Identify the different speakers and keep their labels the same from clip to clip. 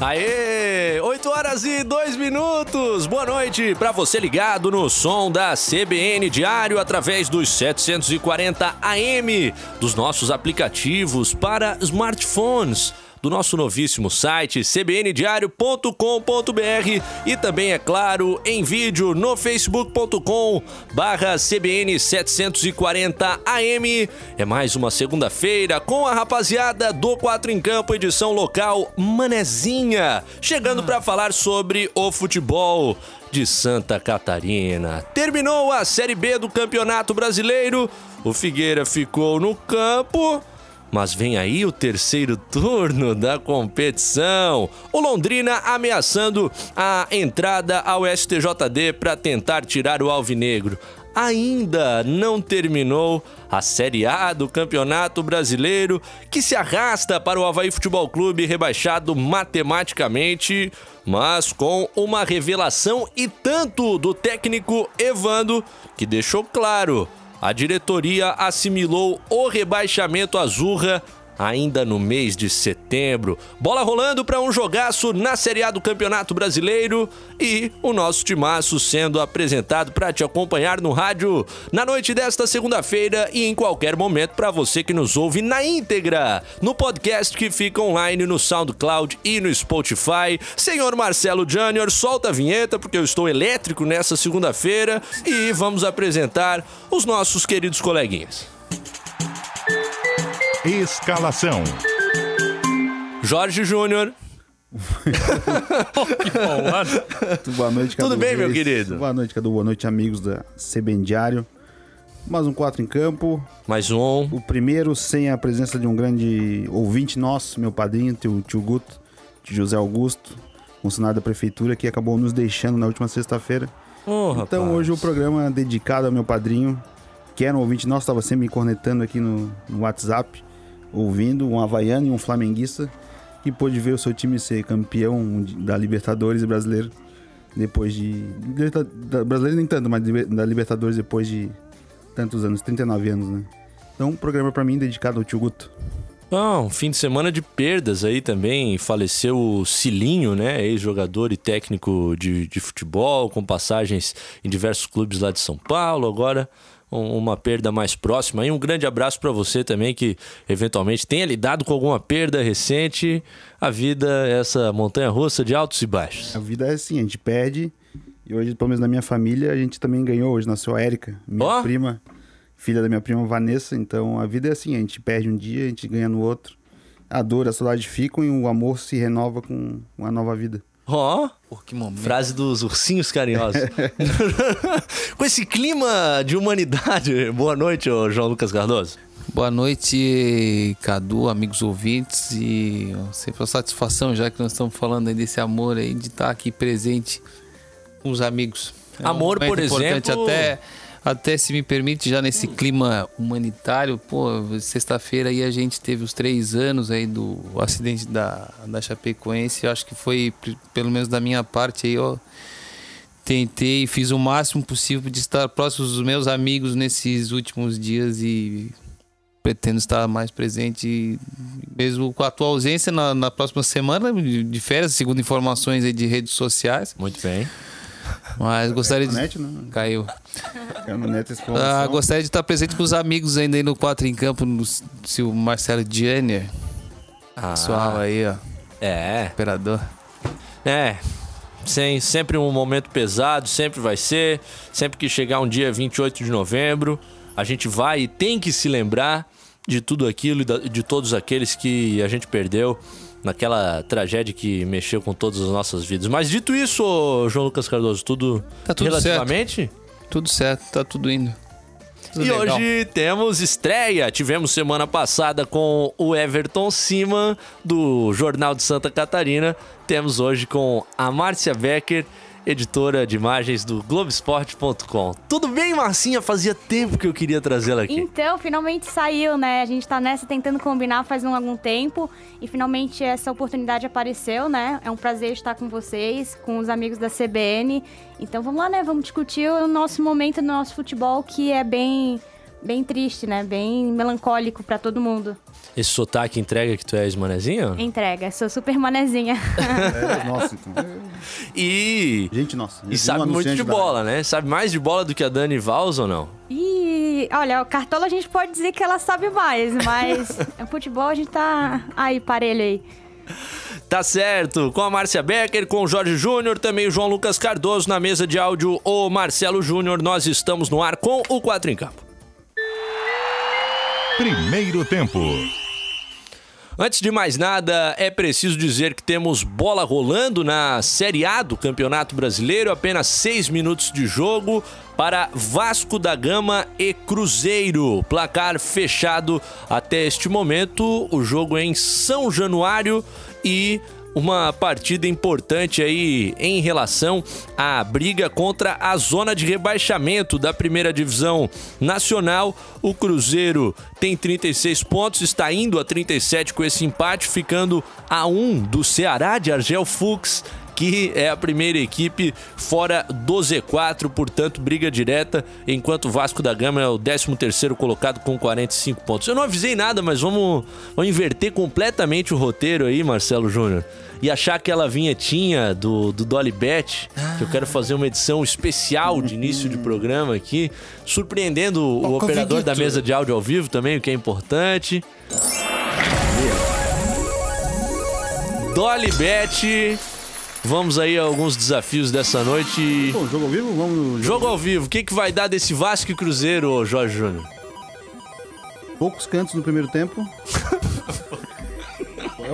Speaker 1: Aê! 8 horas e 2 minutos. Boa noite para você ligado no som da CBN Diário através dos 740 AM dos nossos aplicativos para smartphones. Do nosso novíssimo site cbndiario.com.br e também, é claro, em vídeo no facebook.com barra CBN 740 AM. É mais uma segunda-feira com a rapaziada do 4 em Campo, edição local Manezinho chegando para falar sobre o futebol de Santa Catarina. Terminou a Série B do Campeonato Brasileiro, o Figueira ficou no campo. Mas vem aí o terceiro turno da competição. O Londrina ameaçando a entrada ao STJD para tentar tirar o Alvinegro ainda não terminou a Série A do Campeonato Brasileiro, que se arrasta para o Havaí Futebol Clube rebaixado matematicamente, mas com uma revelação e tanto do técnico Evando, que deixou claro: a diretoria assimilou o rebaixamento azurra ainda no mês de setembro. Bola rolando para um jogaço na Série A do Campeonato Brasileiro e o nosso timaço sendo apresentado para te acompanhar no rádio na noite desta segunda-feira e em qualquer momento para você que nos ouve na íntegra, no podcast que fica online no SoundCloud e no Spotify. Senhor Marcelo Júnior, solta a vinheta porque eu estou elétrico nessa segunda-feira e vamos apresentar os nossos queridos coleguinhas.
Speaker 2: Escalação.
Speaker 1: Jorge Júnior.
Speaker 3: Boa noite,
Speaker 1: Tudo bem, meu
Speaker 3: Reis.
Speaker 1: querido?
Speaker 3: Boa noite, Cadu. Boa noite, amigos da CBN Diário. Mais um 4 em campo.
Speaker 1: Mais um.
Speaker 3: O primeiro sem a presença de um grande ouvinte nosso, meu padrinho, tio, tio Guto, tio José Augusto, funcionário da prefeitura, que acabou nos deixando na última sexta-feira.
Speaker 1: Ô, rapaz.
Speaker 3: Então hoje o programa é dedicado ao meu padrinho, que era um ouvinte nosso, estava sempre me cornetando aqui no, no WhatsApp, ouvindo um havaiano e um flamenguista, que pôde ver o seu time ser campeão de- da Libertadores e brasileiro depois de. Liberta- da- brasileiro nem tanto, mas de- da Libertadores depois de tantos anos, 39 anos, né? Então, um programa pra mim dedicado ao tio Guto.
Speaker 1: Ah, um fim de semana de perdas aí também. Faleceu o Cilinho, né? Ex-jogador e técnico de, de futebol, com passagens em diversos clubes lá de São Paulo. Agora um- uma perda mais próxima. E um grande abraço para você também que eventualmente tenha lidado com alguma perda recente. A vida é essa montanha russa de altos e baixos.
Speaker 3: A vida é assim, a gente perde. E hoje, pelo menos na minha família, a gente também ganhou. Hoje nasceu a Érica, minha
Speaker 1: Ó!
Speaker 3: prima, filha da minha prima Vanessa. Então a vida é assim, a gente perde um dia, a gente ganha no outro. A dor, a saudade ficam e o amor se renova com uma nova vida.
Speaker 1: Ó,
Speaker 4: Pô, que momento.
Speaker 1: Frase dos ursinhos carinhosos. Com esse clima de humanidade, boa noite, ô João Lucas Cardoso.
Speaker 4: Boa noite, Cadu, amigos ouvintes. E ó, sempre uma satisfação, já que nós estamos falando aí desse amor aí, de estar aqui presente com os amigos. um
Speaker 1: Amor,
Speaker 4: momento
Speaker 1: por
Speaker 4: importante,
Speaker 1: exemplo-
Speaker 4: Até, até se me permite, já nesse clima humanitário, pô, sexta-feira aí a gente teve os três anos aí do acidente da, da Chapecoense. Eu acho que foi, p- pelo menos da minha parte aí, ó. tentei e fiz o máximo possível de estar próximo dos meus amigos nesses últimos dias e pretendo estar mais presente e mesmo com a tua ausência na, na próxima semana de de férias, segundo informações aí de redes sociais.
Speaker 1: Muito bem.
Speaker 4: Mas gostaria de
Speaker 3: Net, né? então.
Speaker 4: caiu.
Speaker 3: Caiu no Neto,
Speaker 4: Ah,
Speaker 3: exclamação.
Speaker 4: gostaria de estar presente com os amigos ainda aí no 4 em campo, no, se o Marcelo Gianni,
Speaker 1: Ah,
Speaker 4: pessoal aí, ó,
Speaker 1: é,
Speaker 4: operador.
Speaker 1: é. Sem, sempre um momento pesado, sempre vai ser. Sempre que chegar um dia 28 de novembro, a gente vai e tem que se lembrar de tudo aquilo e da- de todos aqueles que a gente perdeu naquela tragédia que mexeu com todas as nossas vidas. Mas dito isso, ô João Lucas Cardoso, tudo,
Speaker 4: Tá tudo
Speaker 1: relativamente?
Speaker 4: Tudo certo, tá tudo indo. Tudo
Speaker 1: e
Speaker 4: legal.
Speaker 1: hoje temos estreia. Tivemos semana passada com o Everton Siman, do Jornal de Santa Catarina. Temos hoje com a Márcia Becker editora de imagens do Globesport.com. Tudo bem, Marcinha? Fazia tempo que eu queria trazê-la aqui.
Speaker 5: Então, finalmente saiu, né? A gente tá nessa tentando combinar faz um, algum tempo e finalmente essa oportunidade apareceu, né? É um prazer estar com vocês, com os amigos da CBN. Então vamos lá, né? Vamos discutir o nosso momento no nosso futebol que é bem bem triste, né? Bem melancólico pra todo mundo.
Speaker 1: Esse sotaque entrega que tu és, manezinha?
Speaker 5: Entrega, sou super manezinha.
Speaker 3: É, nossa, então.
Speaker 1: E.
Speaker 3: Gente, nossa.
Speaker 1: E sabe muito de bola, né? Sabe mais de bola do que a Dani Valls ou não?
Speaker 5: E olha, o Cartola a gente pode dizer que ela sabe mais, mas o futebol a gente tá aí, parelho aí.
Speaker 1: Tá certo, com a Márcia Becker, com o Jorge Júnior, também o João Lucas Cardoso na mesa de áudio, o Marcelo Júnior. Nós estamos no ar com o 4 em Campo.
Speaker 2: Primeiro tempo.
Speaker 1: Antes de mais nada, é preciso dizer que temos bola rolando na Série A do Campeonato Brasileiro, apenas seis minutos de jogo para Vasco da Gama e Cruzeiro. Placar fechado até este momento, o jogo é em São Januário e uma partida importante aí em relação à briga contra a zona de rebaixamento da primeira divisão nacional. O Cruzeiro tem 36 pontos, está indo a 37 com esse empate, ficando a 1 do Ceará de Argel Fuchs. Que é a primeira equipe fora do Z4, portanto, briga direta, enquanto o Vasco da Gama é o 13o colocado com 45 pontos. Eu não avisei nada, mas vamos, vamos inverter completamente o roteiro aí, Marcelo Júnior e achar aquela vinhetinha do, do Dolly Bet, que eu quero fazer uma edição especial de início de programa aqui, surpreendendo o
Speaker 6: Ó,
Speaker 1: operador
Speaker 6: convidito.
Speaker 1: da mesa de áudio ao vivo também, o que é importante. Dolly Bet, vamos aí a alguns desafios dessa noite.
Speaker 3: Bom, jogo ao vivo? Vamos no jogo.
Speaker 1: Jogo ao vivo, o que, que vai dar desse Vasco e Cruzeiro, ô Jorge Júnior?
Speaker 3: Poucos cantos no primeiro tempo.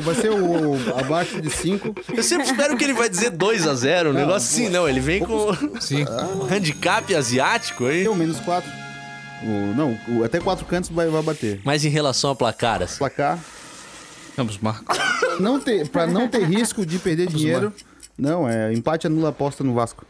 Speaker 3: Vai ser o, o- abaixo de 5.
Speaker 1: Eu sempre espero que ele vai dizer 2 a 0 um negócio assim, não. Ele vem com
Speaker 4: Sim.
Speaker 1: Ah. handicap asiático aí.
Speaker 3: Deu menos 4. Não, o- até quatro cantos vai, vai bater.
Speaker 1: Mas em relação assim, a placaras,
Speaker 3: Placar.
Speaker 4: Vamos, Marco.
Speaker 3: Não ter, pra não ter risco de perder dinheiro. Não, é empate anula a aposta no Vasco.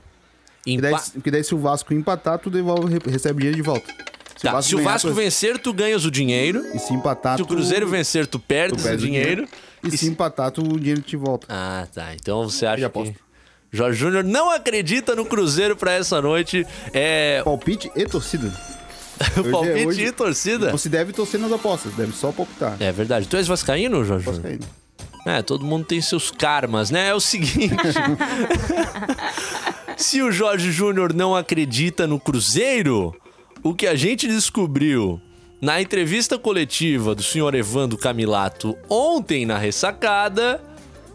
Speaker 3: Que daí,
Speaker 1: empa...
Speaker 3: que daí se o Vasco empatar, tu devolve, re- recebe dinheiro de volta.
Speaker 1: Tá, se o
Speaker 3: ganhar,
Speaker 1: Vasco
Speaker 3: tu-
Speaker 1: vencer, tu ganhas o dinheiro.
Speaker 3: E se empatar,
Speaker 1: Se o Cruzeiro vencer, tu perdes
Speaker 3: tu perde
Speaker 1: o dinheiro.
Speaker 3: E se empatar, tu, o dinheiro te volta.
Speaker 1: Ah, tá. Então você acha que...
Speaker 3: aposta.
Speaker 1: Jorge Júnior não acredita no Cruzeiro pra essa noite. É
Speaker 3: Palpite e torcida.
Speaker 1: o palpite
Speaker 3: hoje-
Speaker 1: e torcida.
Speaker 3: Você deve torcer nas apostas, deve só palpitar. Tá
Speaker 1: É verdade. Tu és vascaíno, Jorge Júnior?
Speaker 3: Vascaíno.
Speaker 1: É, todo mundo tem seus karmas, né? É o seguinte. Se o Jorge Júnior não acredita no Cruzeiro, o que a gente descobriu na entrevista coletiva do senhor Evandro Camilato ontem na ressacada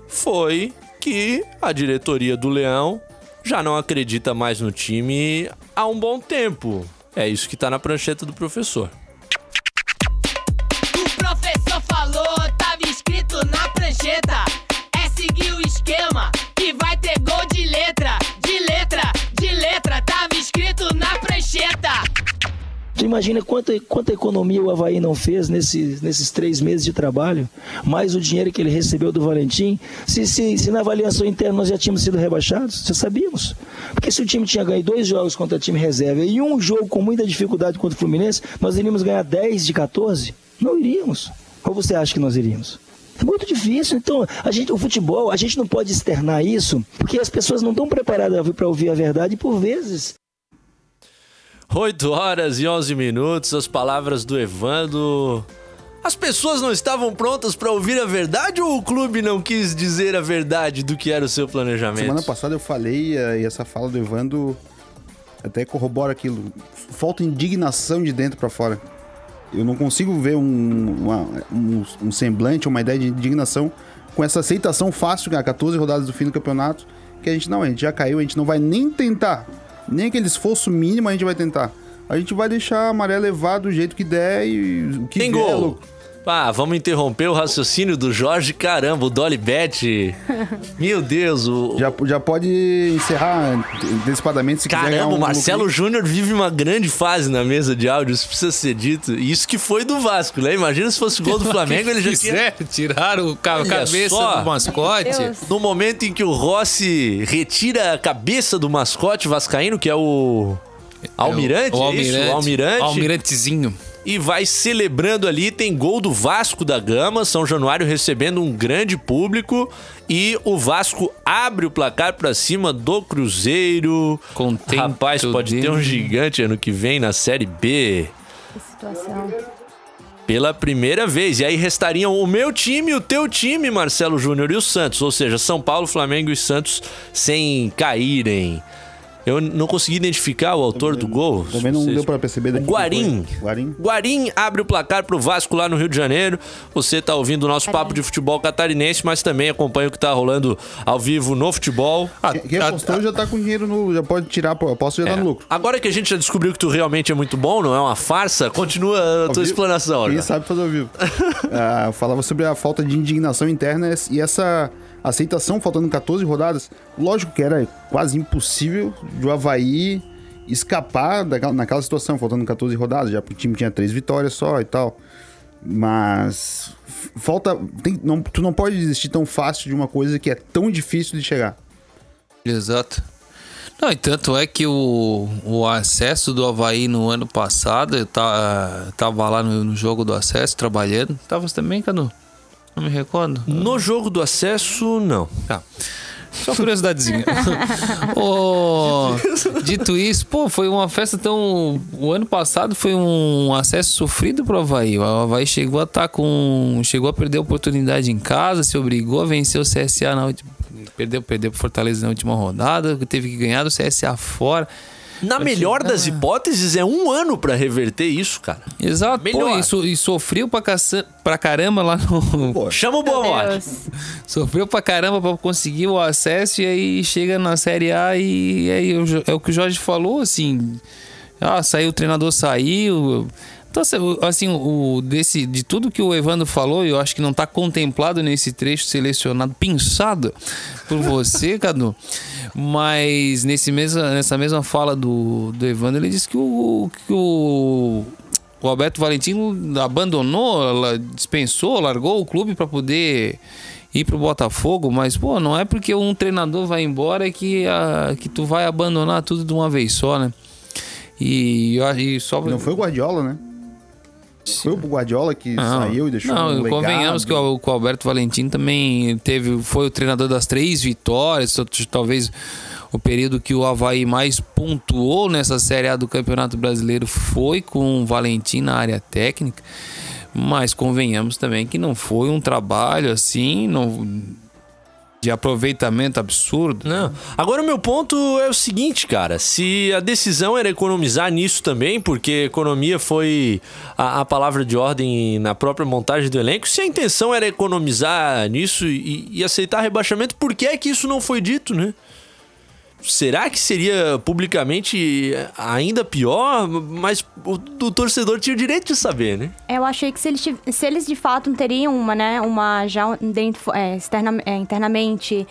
Speaker 1: foi que a diretoria do Leão já não acredita mais no time há um bom tempo. É isso que tá na prancheta do professor.
Speaker 7: O professor falou, tava escrito na prancheta. É seguir o esquema que vai ter gol de letra, de letra, de letra. Tava escrito na prancheta.
Speaker 8: Tu imagina quanta, quanta economia o Havaí não fez nesse- nesses três meses de trabalho, mais o dinheiro que ele recebeu do Valentim. Se, se- se na avaliação interna nós já tínhamos sido rebaixados, já sabíamos. Porque se o time tinha ganho dois jogos contra time reserva e um jogo com muita dificuldade contra o Fluminense, nós iríamos ganhar 10 de 14? Não iríamos. Ou você acha que nós iríamos? É muito difícil. Então, a gente, o futebol, a gente não pode externar isso, porque as pessoas não estão preparadas para ouvir a verdade e, por vezes,
Speaker 1: 8 horas e 11 minutos, as palavras do Evandro. As pessoas não estavam prontas para ouvir a verdade ou o clube não quis dizer a verdade do que era o seu planejamento?
Speaker 3: Semana passada eu falei, eh, e essa fala do Evandro até corrobora aquilo. Falta indignação de dentro pra fora. Eu não consigo ver um, uma- um, um semblante, uma ideia de indignação com essa aceitação fácil, cara, 14 rodadas do fim do campeonato, que a gente não, a gente já caiu, a gente não vai nem tentar. Nem aquele esforço mínimo a gente vai tentar. A gente vai deixar a maré levar do jeito que der e o que
Speaker 1: Tem
Speaker 3: vier,
Speaker 1: gol.
Speaker 3: louco.
Speaker 1: Ah, vamos interromper o raciocínio do Jorge. Caramba, o Dolly Bet. Meu Deus, o.
Speaker 3: Já, já pode encerrar antecipadamente se quiser. ganhar
Speaker 1: Caramba,
Speaker 3: um
Speaker 1: o Marcelo
Speaker 3: lucro.
Speaker 1: Júnior vive uma grande fase na mesa de áudio, isso precisa ser dito. E Isso que foi do Vasco, né? Imagina se fosse gol do Flamengo, ele já tinha
Speaker 4: Quiser, tiraram o ca- É a
Speaker 1: Olha
Speaker 4: cabeça
Speaker 1: só.
Speaker 4: do mascote.
Speaker 5: Meu Deus.
Speaker 1: No momento em que o Rossi retira a cabeça do mascote vascaíno, que é o Almirante,
Speaker 4: o, o
Speaker 1: é isso?
Speaker 4: almirante,
Speaker 1: O Almirante,
Speaker 4: Almirantezinho.
Speaker 1: e vai celebrando ali, tem gol do Vasco da Gama, São Januário recebendo um grande público e o Vasco abre o placar pra cima do Cruzeiro.
Speaker 4: Contento
Speaker 1: Rapaz, pode ter um
Speaker 4: dele.
Speaker 1: gigante ano que vem na Série B.
Speaker 5: Que situação.
Speaker 1: Pela primeira vez. E aí restariam o meu time, o teu time, Marcelo Júnior e o Santos. Ou seja, São Paulo, Flamengo e Santos sem caírem. Eu não consegui identificar o autor do gol.
Speaker 3: Também não
Speaker 1: Vocês-
Speaker 3: deu pra perceber daqui.
Speaker 1: O Um Guarim.
Speaker 3: que foi. Guarim.
Speaker 1: Guarim abre o placar pro Vasco lá no Rio de Janeiro. Você tá ouvindo o nosso papo de futebol catarinense, mas também acompanha o que tá rolando ao vivo no futebol.
Speaker 3: Quem- Quem
Speaker 4: Ah,
Speaker 1: Ah,
Speaker 3: apostou já tá com dinheiro no. Já pode tirar, pô, aposta
Speaker 1: É.
Speaker 3: já tá no lucro.
Speaker 1: Agora que a gente já descobriu que tu realmente é muito bom, não é uma farsa, continua a tua
Speaker 3: Viu?
Speaker 1: explanação.
Speaker 3: Quem
Speaker 1: Olga.
Speaker 3: sabe fazer ao vivo. Ah, eu falava sobre a falta de indignação interna e essa aceitação faltando 14 rodadas. Lógico que era quase impossível do Havaí escapar daquela, naquela situação, faltando 14 rodadas, já que o time tinha três vitórias só e tal. Mas f- falta. tem- não- tu não pode desistir tão fácil de uma coisa que é tão difícil de chegar.
Speaker 4: ah, Exato. Não, e tanto é que o, o acesso do Havaí no ano passado, eu ta- tava lá no, no jogo do acesso trabalhando. Tava também, Canu? Não me recordo.
Speaker 1: No jogo do acesso, não.
Speaker 4: Tá. Só curiosidadezinha. Ô, dito isso, pô, foi uma festa tão. O ano passado foi um acesso sofrido pro Havaí. O Havaí chegou a estar com. chegou a perder a oportunidade em casa, se obrigou a vencer o CSA na última. Perdeu, perdeu pro Fortaleza na última rodada, teve que ganhar do CSA fora.
Speaker 1: Na melhor das hipóteses, é um ano pra reverter isso, cara.
Speaker 4: Exato, pô,
Speaker 1: Melhor.
Speaker 4: e, so- e sofreu pra, caça, pra caramba lá no.
Speaker 1: Chama o
Speaker 5: Meu
Speaker 1: Bomote.
Speaker 5: Deus.
Speaker 4: Sofreu pra caramba pra conseguir o acesso e aí chega na Série A e aí o Jo- é o que o Jorge falou, assim. Ah, saiu, o treinador saiu. Então, assim, o- assim, o, desse, de tudo que o Evandro falou, eu acho que não tá contemplado nesse trecho selecionado, pensado por você, Cadu. Mas nesse mesma, nessa mesma fala do, do Evandro, ele disse que o- que o o Alberto Valentino abandonou, la- dispensou, largou o clube para poder ir pro Botafogo, mas pô, não é porque um treinador vai embora que a- que tu vai abandonar tudo de uma vez só, né? E, eu acho- e só
Speaker 3: Não foi o Guardiola, né? Foi o Guardiola que
Speaker 4: Não.
Speaker 3: saiu e deixou
Speaker 4: Não,
Speaker 3: um legado.
Speaker 4: convenhamos que o, que o Alberto Valentim também teve, foi o treinador das três vitórias, tal- talvez o período que o Havaí mais pontuou nessa Série A do Campeonato Brasileiro foi com o Valentim na área técnica, mas convenhamos também que não foi um trabalho assim, não- de aproveitamento absurdo.
Speaker 1: Não. Agora o meu ponto é o seguinte, cara. Se a decisão era economizar nisso também, porque economia foi a, a palavra de ordem na própria montagem do elenco, se a intenção era economizar nisso e, e aceitar rebaixamento, por que é que isso não foi dito, né? Será que seria publicamente ainda pior? Mas o, o torcedor tinha o direito de saber, né?
Speaker 5: Eu achei que se eles, tiv- se eles de fato teriam uma, né, uma já dentro, é, externa- é, internamente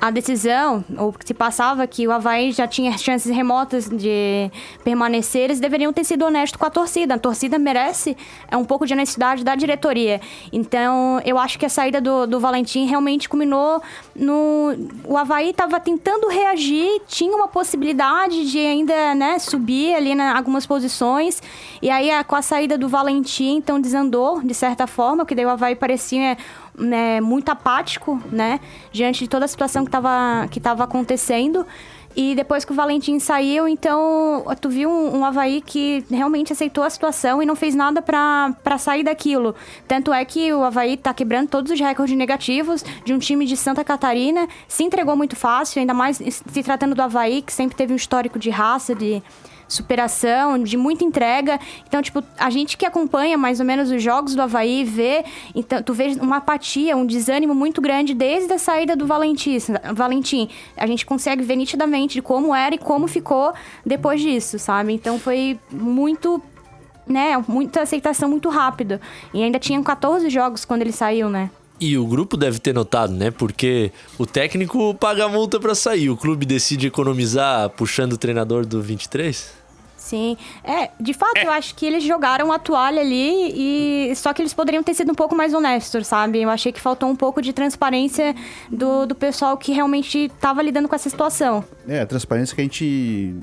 Speaker 5: a decisão, ou que se passava que o Havaí já tinha chances remotas de permanecer, eles deveriam ter sido honestos com a torcida. A torcida merece é, um pouco de honestidade da diretoria. Então, eu acho que a saída do, do Valentim realmente culminou no... O Havaí estava tentando reagir, tinha uma possibilidade de ainda né, subir ali em algumas posições. E aí, a- com a saída do Valentim, então desandou, de certa forma, que daí o Havaí parecia né, muito apático, né? Diante de toda a situação que estava que tava acontecendo. E depois que o Valentim saiu, então tu viu um, um Havaí que realmente aceitou a situação e não fez nada pra pra sair daquilo. Tanto é que o Havaí tá quebrando todos os recordes negativos de um time de Santa Catarina, se entregou muito fácil, ainda mais se tratando do Havaí, que sempre teve um histórico de raça, de superação, de muita entrega. Então, tipo, a gente que acompanha mais ou menos os jogos do Havaí vê, então, tu vê uma apatia, um desânimo muito grande desde a saída do Valentim. Valentim. A gente consegue ver nitidamente de como era e como ficou depois disso, sabe? Então foi muito né, muita aceitação muito rápida. E ainda tinham 14 jogos quando ele saiu, né?
Speaker 1: E o grupo deve ter notado, né? Porque o técnico paga a multa pra sair, o clube decide economizar puxando o treinador do 23?
Speaker 5: Sim. É, de fato, eu acho que eles jogaram a toalha ali e só que eles poderiam ter sido um pouco mais honestos, sabe? Eu achei que faltou um pouco de transparência do, do pessoal que realmente estava lidando com essa situação.
Speaker 3: É, a transparência que a gente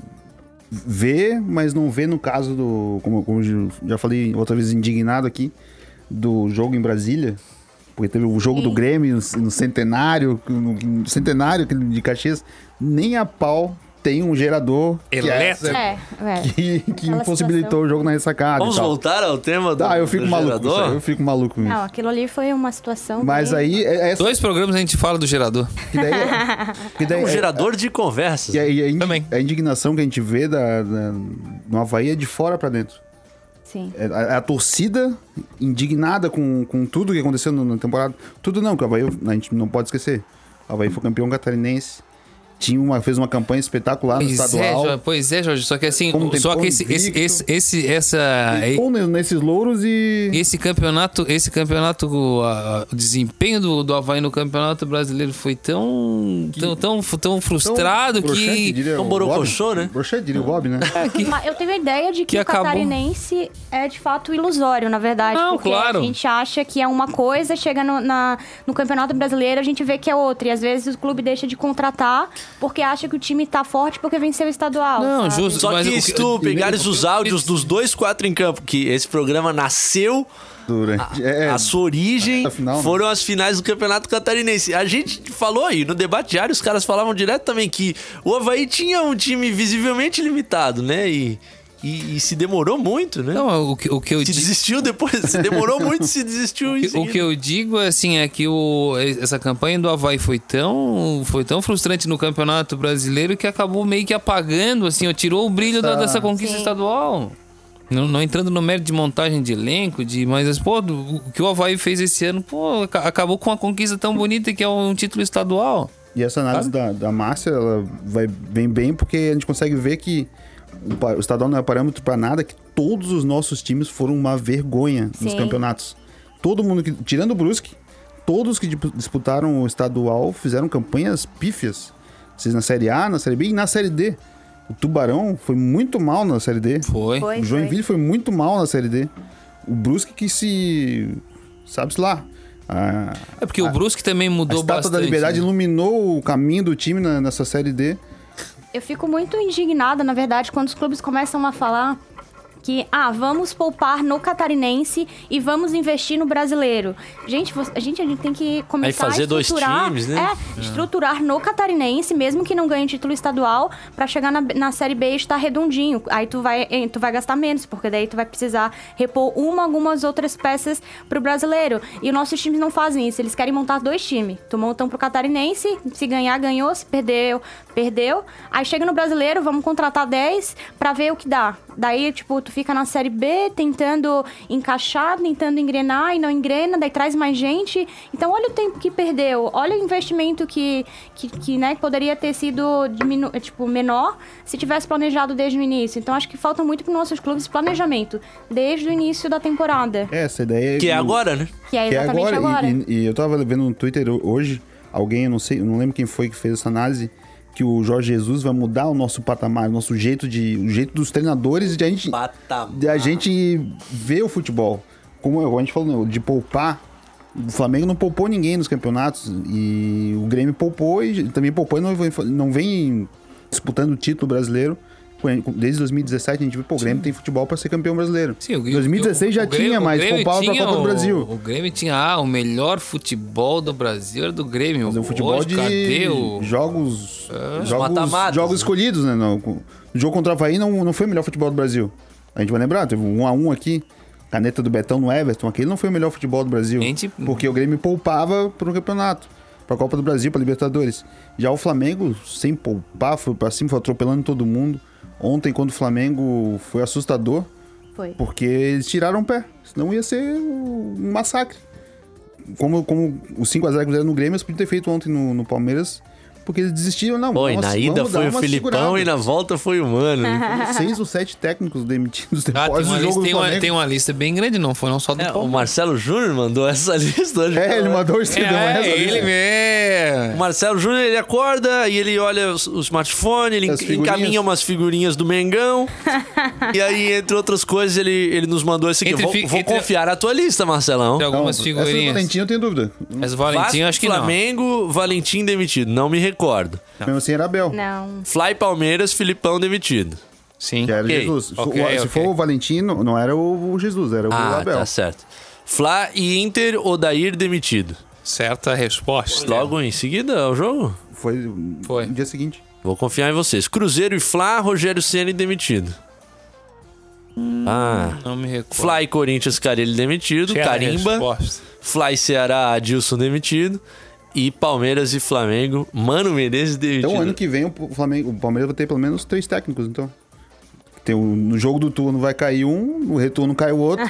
Speaker 3: vê, mas não vê no caso do. Como, como eu já falei outra vez indignado aqui, do jogo em Brasília. Porque teve o jogo do Grêmio no, no centenário, no, no centenário aquele de Caxias, nem a pau tem um gerador que é
Speaker 6: Elétrico.
Speaker 3: essa-
Speaker 5: É, é.
Speaker 3: que, que
Speaker 5: Aquela
Speaker 3: impossibilitou o jogo na ressacada.
Speaker 1: Vamos
Speaker 3: e tal.
Speaker 1: voltar ao tema do,
Speaker 3: Tá, Ah, então. eu fico
Speaker 1: do
Speaker 3: maluco. com isso aí,
Speaker 1: gerador?
Speaker 3: Eu fico maluco. com isso.
Speaker 5: Não, aquilo ali foi uma situação.
Speaker 3: Mas
Speaker 5: bem-
Speaker 3: aí, é, é essa
Speaker 4: Dois programas a gente fala do gerador.
Speaker 3: que daí. é- que daí
Speaker 1: Um
Speaker 3: é-
Speaker 1: gerador de conversas.
Speaker 3: E a, e a indi-
Speaker 4: Também.
Speaker 3: a indignação que a gente vê da, da, no Havaí é de fora pra dentro.
Speaker 5: Sim.
Speaker 3: É a, é a torcida indignada com, com tudo que aconteceu no- na temporada. Tudo não, que o Havaí a gente não pode esquecer. O Havaí foi campeão catarinense. Tinha uma, fez uma campanha espetacular no
Speaker 4: Pois é,
Speaker 3: estadual.
Speaker 4: Jorge, pois é, Jorge. Só que assim,
Speaker 3: Como tem
Speaker 4: só
Speaker 3: pão
Speaker 4: que esse, esse,
Speaker 3: invicto.
Speaker 4: esse, esse- essa,
Speaker 3: Ou nesses louros e.
Speaker 4: esse campeonato, esse campeonato, o, a- o desempenho do, do Havaí no campeonato brasileiro foi tão, tão, tão, tão
Speaker 3: Tão
Speaker 4: frustrado
Speaker 3: broxante,
Speaker 4: que. É,
Speaker 3: diria
Speaker 1: tão
Speaker 3: o
Speaker 1: borocochô,
Speaker 3: Bob.
Speaker 1: né?
Speaker 3: Broxante, diria o Bob, né?
Speaker 5: Mas eu tenho a ideia de que,
Speaker 4: que
Speaker 5: o
Speaker 4: acabou.
Speaker 5: catarinense é de fato ilusório, na verdade.
Speaker 4: Não,
Speaker 5: porque
Speaker 4: claro.
Speaker 5: a gente acha que é uma coisa, chega no, na- no Campeonato Brasileiro, a gente vê que é outra. E às vezes o clube deixa de contratar porque acha que o time tá forte porque venceu o estadual.
Speaker 4: Não,
Speaker 5: sabe?
Speaker 4: justo.
Speaker 1: Só
Speaker 4: mas
Speaker 1: que
Speaker 4: o
Speaker 1: se tu pegares os áudios dos dois quatro em campo, que esse programa nasceu,
Speaker 3: Durante. É,
Speaker 1: a sua origem
Speaker 3: a final, né?
Speaker 1: foram as finais do Campeonato Catarinense. A gente falou aí, no debate diário, os caras falavam direto também que o Havaí tinha um time visivelmente limitado, né? E, e, e se demorou muito, né?
Speaker 4: Não, o que, o que eu
Speaker 1: se
Speaker 4: di-
Speaker 1: desistiu depois, se demorou muito, se desistiu
Speaker 3: é.
Speaker 1: em
Speaker 4: O que
Speaker 1: seguida.
Speaker 4: eu digo assim é que o- essa campanha do Havaí foi tão, foi tão frustrante no Campeonato Brasileiro que acabou meio que apagando, assim, ó, tirou o brilho da- dessa conquista estadual. Não, não entrando no mérito de montagem de elenco, de, mas pô, do- o que o Havaí fez esse ano, pô, aca- acabou com uma conquista tão bonita que é um título estadual.
Speaker 3: E essa análise da, da Márcia, ela vai bem bem, porque a gente consegue ver que o, pa- o estadual não é parâmetro pra nada, que todos os nossos times foram uma vergonha nos
Speaker 5: Sim.
Speaker 3: campeonatos. Todo mundo que, tirando o Brusque, todos que dip- disputaram o estadual fizeram campanhas pífias. Vocês na Série A, na Série B e na Série D. O Tubarão foi muito mal na Série D.
Speaker 4: Foi.
Speaker 5: Foi,
Speaker 3: O Joinville foi muito mal na Série D. O Brusque que se... Sabe-se lá. a-
Speaker 4: É porque o Brusque também
Speaker 3: a
Speaker 4: mudou
Speaker 3: estátua
Speaker 4: bastante.
Speaker 3: da liberdade
Speaker 4: né?
Speaker 3: iluminou o caminho do time na- nessa série D.
Speaker 5: Eu fico muito indignada, na verdade, quando os clubes começam a falar que, ah, vamos poupar no catarinense e vamos investir no brasileiro. Gente, vo- a gente, a gente tem que começar
Speaker 1: fazer
Speaker 5: a
Speaker 1: dois
Speaker 5: estruturar,
Speaker 1: times, né?
Speaker 5: É, estruturar no catarinense, mesmo que não ganhe título estadual, pra chegar na, na Série B e estar redondinho. Aí tu vai, eh, tu vai gastar menos, porque daí tu vai precisar repor uma, algumas outras peças pro brasileiro. E nossos times não fazem isso, eles querem montar dois times. Tu montam pro catarinense, se ganhar, ganhou, se perdeu, perdeu. Aí chega no brasileiro, vamos contratar 10 pra ver o que dá. Daí, tipo, tu fica na Série B tentando encaixar, tentando engrenar e não engrena, daí traz mais gente. Então, olha o tempo que perdeu, olha o investimento que, que, que, né, poderia ter sido diminu eh, tipo, menor se tivesse planejado desde o início. Então, acho que falta muito para nossos clubes planejamento, desde o início da temporada,
Speaker 3: É, Essa ideia
Speaker 1: Que é
Speaker 3: e-
Speaker 1: agora, né?
Speaker 5: que é
Speaker 3: Que é
Speaker 5: exatamente
Speaker 3: agora. E-
Speaker 5: agora.
Speaker 3: E, e eu tava vendo no Twitter ho- hoje alguém, eu não sei, eu não lembro quem foi que fez essa análise, que o Jorge Jesus vai mudar o nosso patamar, o nosso jeito de, o jeito dos treinadores e de a gente,
Speaker 4: tá.
Speaker 1: Patamar.
Speaker 4: Ah.
Speaker 3: de a gente ver o futebol. Como a gente falou, né, de poupar. O Flamengo não poupou ninguém nos campeonatos e o Grêmio poupou e também poupou e não, vem- não vem disputando o título brasileiro. Desde 2017 a gente viu, pô, o Grêmio tem futebol pra ser campeão brasileiro.
Speaker 4: Sim, o-
Speaker 3: 2016 já
Speaker 4: o Grêmio-
Speaker 3: tinha,
Speaker 4: o
Speaker 3: mas
Speaker 4: Grêmio
Speaker 3: poupava pra
Speaker 4: tinha
Speaker 3: Copa do
Speaker 4: o-
Speaker 3: Brasil.
Speaker 4: O Grêmio tinha, ah, o melhor futebol do Brasil era do Grêmio.
Speaker 3: Mas é um futebol
Speaker 4: Hoje,
Speaker 3: de
Speaker 4: cadê o... É.
Speaker 3: jogos, jogos,
Speaker 1: mata-matas,
Speaker 3: jogos
Speaker 1: né?
Speaker 3: escolhidos, né? Não, o jogo contra o Havaí não, não foi o melhor futebol do Brasil. A gente vai lembrar, teve um a um aqui, caneta do Betão no Everton, aquele não foi o melhor futebol do Brasil.
Speaker 4: Gente-
Speaker 3: Porque o Grêmio poupava pro campeonato, pra Copa do Brasil, pra Libertadores. Já o Flamengo, sem poupar, foi pra cima, foi atropelando todo mundo. Ontem, quando o Flamengo foi assustador,
Speaker 5: Foi.
Speaker 3: porque eles tiraram o pé, senão ia ser um massacre como, como o 5x0 que fizeram no Grêmio, eles podiam ter feito ontem no, no Palmeiras porque eles desistiram. Não,
Speaker 1: Pô, e
Speaker 3: vamos- assim,
Speaker 1: na ida
Speaker 3: vamos dar
Speaker 1: foi o
Speaker 3: uma
Speaker 1: Filipão
Speaker 3: segurada.
Speaker 1: e na volta foi o Mano. né?
Speaker 3: Seis ou sete técnicos demitidos
Speaker 4: Ah,
Speaker 3: depois
Speaker 4: tem uma,
Speaker 3: do jogo
Speaker 4: lista,
Speaker 3: do
Speaker 4: tem, uma,
Speaker 3: Flamengo.
Speaker 4: tem uma lista bem grande, não foi não só do
Speaker 1: É, o
Speaker 4: Palmeiras.
Speaker 1: Marcelo Júnior mandou essa lista hoje.
Speaker 3: É, ele mandou o Estridão.
Speaker 4: É,
Speaker 3: essa
Speaker 4: ele
Speaker 3: lista.
Speaker 1: O
Speaker 4: mesmo.
Speaker 1: Marcelo Júnior, ele acorda e ele olha os- o smartphone, ele
Speaker 3: As
Speaker 1: enc-
Speaker 3: figurinhas.
Speaker 1: encaminha umas figurinhas do Mengão. e aí, entre outras coisas, ele, ele nos mandou esse aqui.
Speaker 4: Entre
Speaker 1: vou
Speaker 4: fi-
Speaker 1: vou
Speaker 4: entre-
Speaker 1: confiar na tua lista, Marcelão.
Speaker 4: Tem
Speaker 3: Não,
Speaker 4: algumas
Speaker 3: Essa é do
Speaker 4: figurinhas.
Speaker 3: Valentim eu tenho dúvida.
Speaker 4: Mas o Valentim, eu acho que não.
Speaker 1: Flamengo, Valentim demitido. Não me recordo.
Speaker 3: Mesmo assim era Abel.
Speaker 5: Não.
Speaker 1: Fly Palmeiras, Filipão demitido.
Speaker 4: Sim.
Speaker 3: Que era
Speaker 1: Ok,
Speaker 3: Jesus. Se
Speaker 4: ok,
Speaker 3: o- se
Speaker 4: ok.
Speaker 3: for o Valentim, não não era o o Jesus, era o
Speaker 1: Ah,
Speaker 3: Abel.
Speaker 1: tá certo. Fla e Inter, Odair demitido.
Speaker 4: Certa resposta.
Speaker 1: Logo em seguida ao jogo?
Speaker 3: Foi,
Speaker 4: Foi.
Speaker 3: no dia seguinte.
Speaker 1: Vou confiar em vocês. Cruzeiro e Fla, Rogério Ceni demitido.
Speaker 3: Hum.
Speaker 1: Ah,
Speaker 4: Não me recordo.
Speaker 1: Fla e Corinthians, Carelli demitido.
Speaker 4: Certa
Speaker 1: Carimba.
Speaker 3: né?
Speaker 4: resposta.
Speaker 1: Fla e Ceará, Adilson demitido. E Palmeiras e Flamengo, Mano Menezes demitido.
Speaker 3: Então, ano que vem, o, Flamengo, o Palmeiras vai ter pelo menos três técnicos, então. Tem o- no jogo do turno vai cair um, no retorno cai o outro.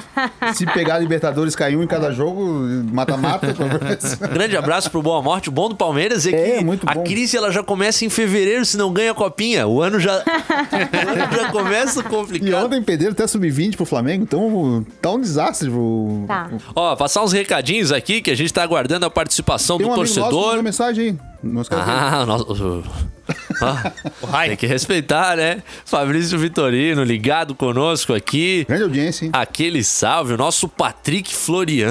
Speaker 3: Se pegar a Libertadores, cai um em cada jogo, mata-mata. talvez.
Speaker 1: Grande abraço pro Boa Morte. O bom do Palmeiras é que
Speaker 3: É, muito
Speaker 1: a
Speaker 3: bom.
Speaker 1: crise ela já começa em fevereiro, se não ganha a copinha. O ano já, o ano já começa
Speaker 3: e
Speaker 1: complicado.
Speaker 3: ontem perderam até sub-20 pro Flamengo, então tá um desastre. um Pro...
Speaker 5: Tá.
Speaker 1: Ó, passar uns recadinhos aqui que a gente tá aguardando a participação
Speaker 3: Tem um
Speaker 1: do
Speaker 3: amigo nosso que
Speaker 1: torcedor.
Speaker 3: mandou mensagem aí. Nós queremos ver.
Speaker 1: Ah, o nosso. Ah, tem que respeitar, né? Fabrício Vitorino ligado conosco aqui.
Speaker 3: Grande audiência, hein?
Speaker 1: Aquele salve, o nosso Patrick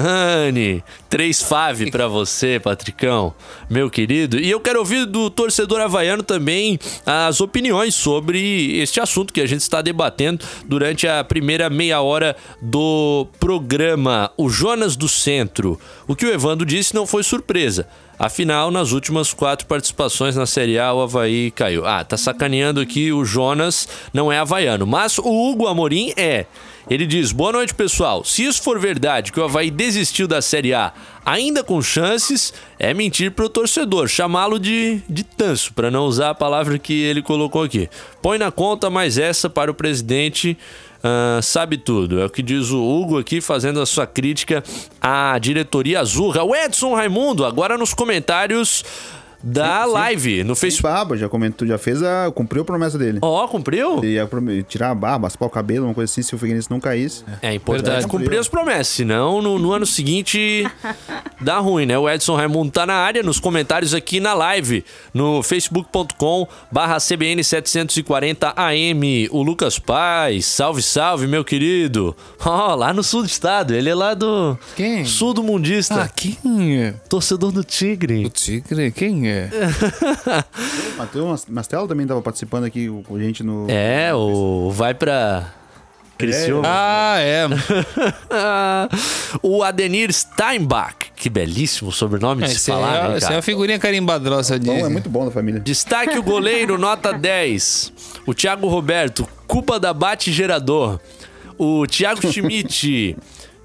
Speaker 1: Floriani. Três fave pra você, Patricão, meu querido. E eu quero ouvir do torcedor havaiano também as opiniões sobre este assunto que a gente está debatendo durante a primeira meia hora do programa. O Jonas do Centro. O que o Evandro disse não foi surpresa. Afinal, nas últimas quatro participações na Série A, o Havaí caiu. Ah, tá sacaneando aqui o Jonas, não é havaiano. Mas o Hugo Amorim é. Ele diz: Boa noite, pessoal. Se isso for verdade, que o Havaí desistiu da Série A ainda com chances, é mentir pro torcedor, chamá-lo de, de tanso, para não usar a palavra que ele colocou aqui. Põe na conta mais essa para o presidente. ah, sabe tudo, é o que diz o Hugo aqui fazendo a sua crítica à diretoria azurra. O Edson Raimundo, agora nos comentários da live no
Speaker 3: Fez
Speaker 1: Facebook.
Speaker 3: barba, já comentou, já fez a. cumpriu a promessa dele.
Speaker 1: Ó, cumpriu?
Speaker 3: Ele ia prom- tirar a barba, aspar o cabelo, uma coisa assim, se o Figueirense não caísse.
Speaker 1: É importante
Speaker 4: Verdade.
Speaker 1: cumprir as promessas, senão no, no ano seguinte dá ruim, né? O Edson Raimundo tá na área, nos comentários aqui na live, no facebook.com barra CBN 740AM. O Lucas Paz, salve, salve, meu querido. Ó, lá no sul do estado, ele é lá do
Speaker 4: Quem?
Speaker 1: sul do mundista,
Speaker 4: Ah, quem é?
Speaker 1: torcedor do
Speaker 4: O
Speaker 1: Tigre.
Speaker 4: Tigre? Quem é?
Speaker 3: Matheus Mastelo também tava participando aqui com a gente no.
Speaker 1: É, o vai pra... Criciúma.
Speaker 4: Ah, é.
Speaker 1: Ah, o Adenir Steinbach, que belíssimo sobrenome de se
Speaker 4: Essa
Speaker 1: falar, né,
Speaker 4: é, essa é
Speaker 1: cara?
Speaker 4: uma figurinha carimbadrosa de.
Speaker 3: Bom, é muito bom da família.
Speaker 1: Destaque o goleiro, nota 10. O Thiago Roberto, culpa da bate gerador. O Thiago Schmidt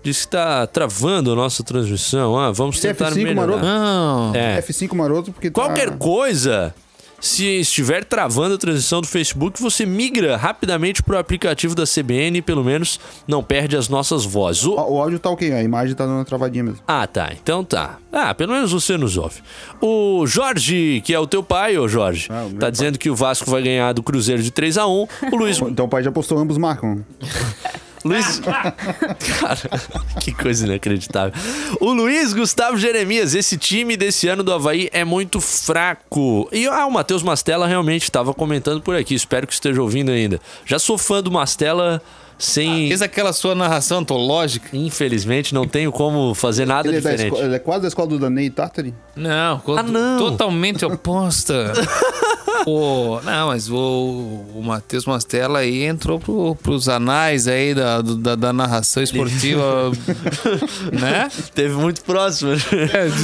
Speaker 1: diz que tá travando a nossa transmissão. Ah, vamos
Speaker 3: Esse
Speaker 1: tentar
Speaker 3: F5
Speaker 1: melhorar.
Speaker 3: maroto.
Speaker 4: Ah, Não.
Speaker 1: É.
Speaker 3: F5 maroto, porque tá-
Speaker 1: Qualquer coisa, se estiver travando a transição do Facebook, você migra rapidamente pro aplicativo da CBN e pelo menos não perde as nossas vozes. O-
Speaker 3: O, o áudio tá ok, a imagem tá dando uma travadinha mesmo.
Speaker 1: Ah, tá. Então tá. Ah, pelo menos você nos ouve. O Jorge, que é o teu pai, ô Jorge,
Speaker 3: Ah, o meu
Speaker 1: tá
Speaker 3: pai.
Speaker 1: dizendo que o Vasco vai ganhar do Cruzeiro de 3 a 1 O Luiz
Speaker 3: Então o pai já postou, ambos marcam.
Speaker 1: Luiz. Cara, que coisa inacreditável. O Luiz Gustavo Jeremias, esse time desse ano do Havaí é muito fraco. E ah, o Matheus Mastella realmente estava comentando por aqui. Espero que esteja ouvindo ainda. Já sou fã do Mastella sem.
Speaker 3: Ah,
Speaker 4: Fez aquela sua narração antológica?
Speaker 1: Infelizmente, não tenho como fazer nada
Speaker 3: Ele é, da
Speaker 1: diferente.
Speaker 3: esco- ele é quase da escola do Danei Tartari.
Speaker 4: Não,
Speaker 1: Ah, não.
Speaker 4: totalmente oposta. Pô, não, mas o, o Matheus Mastella aí entrou pro, pros anais aí da, do- da, da narração esportiva, né?
Speaker 1: Teve muito próximo.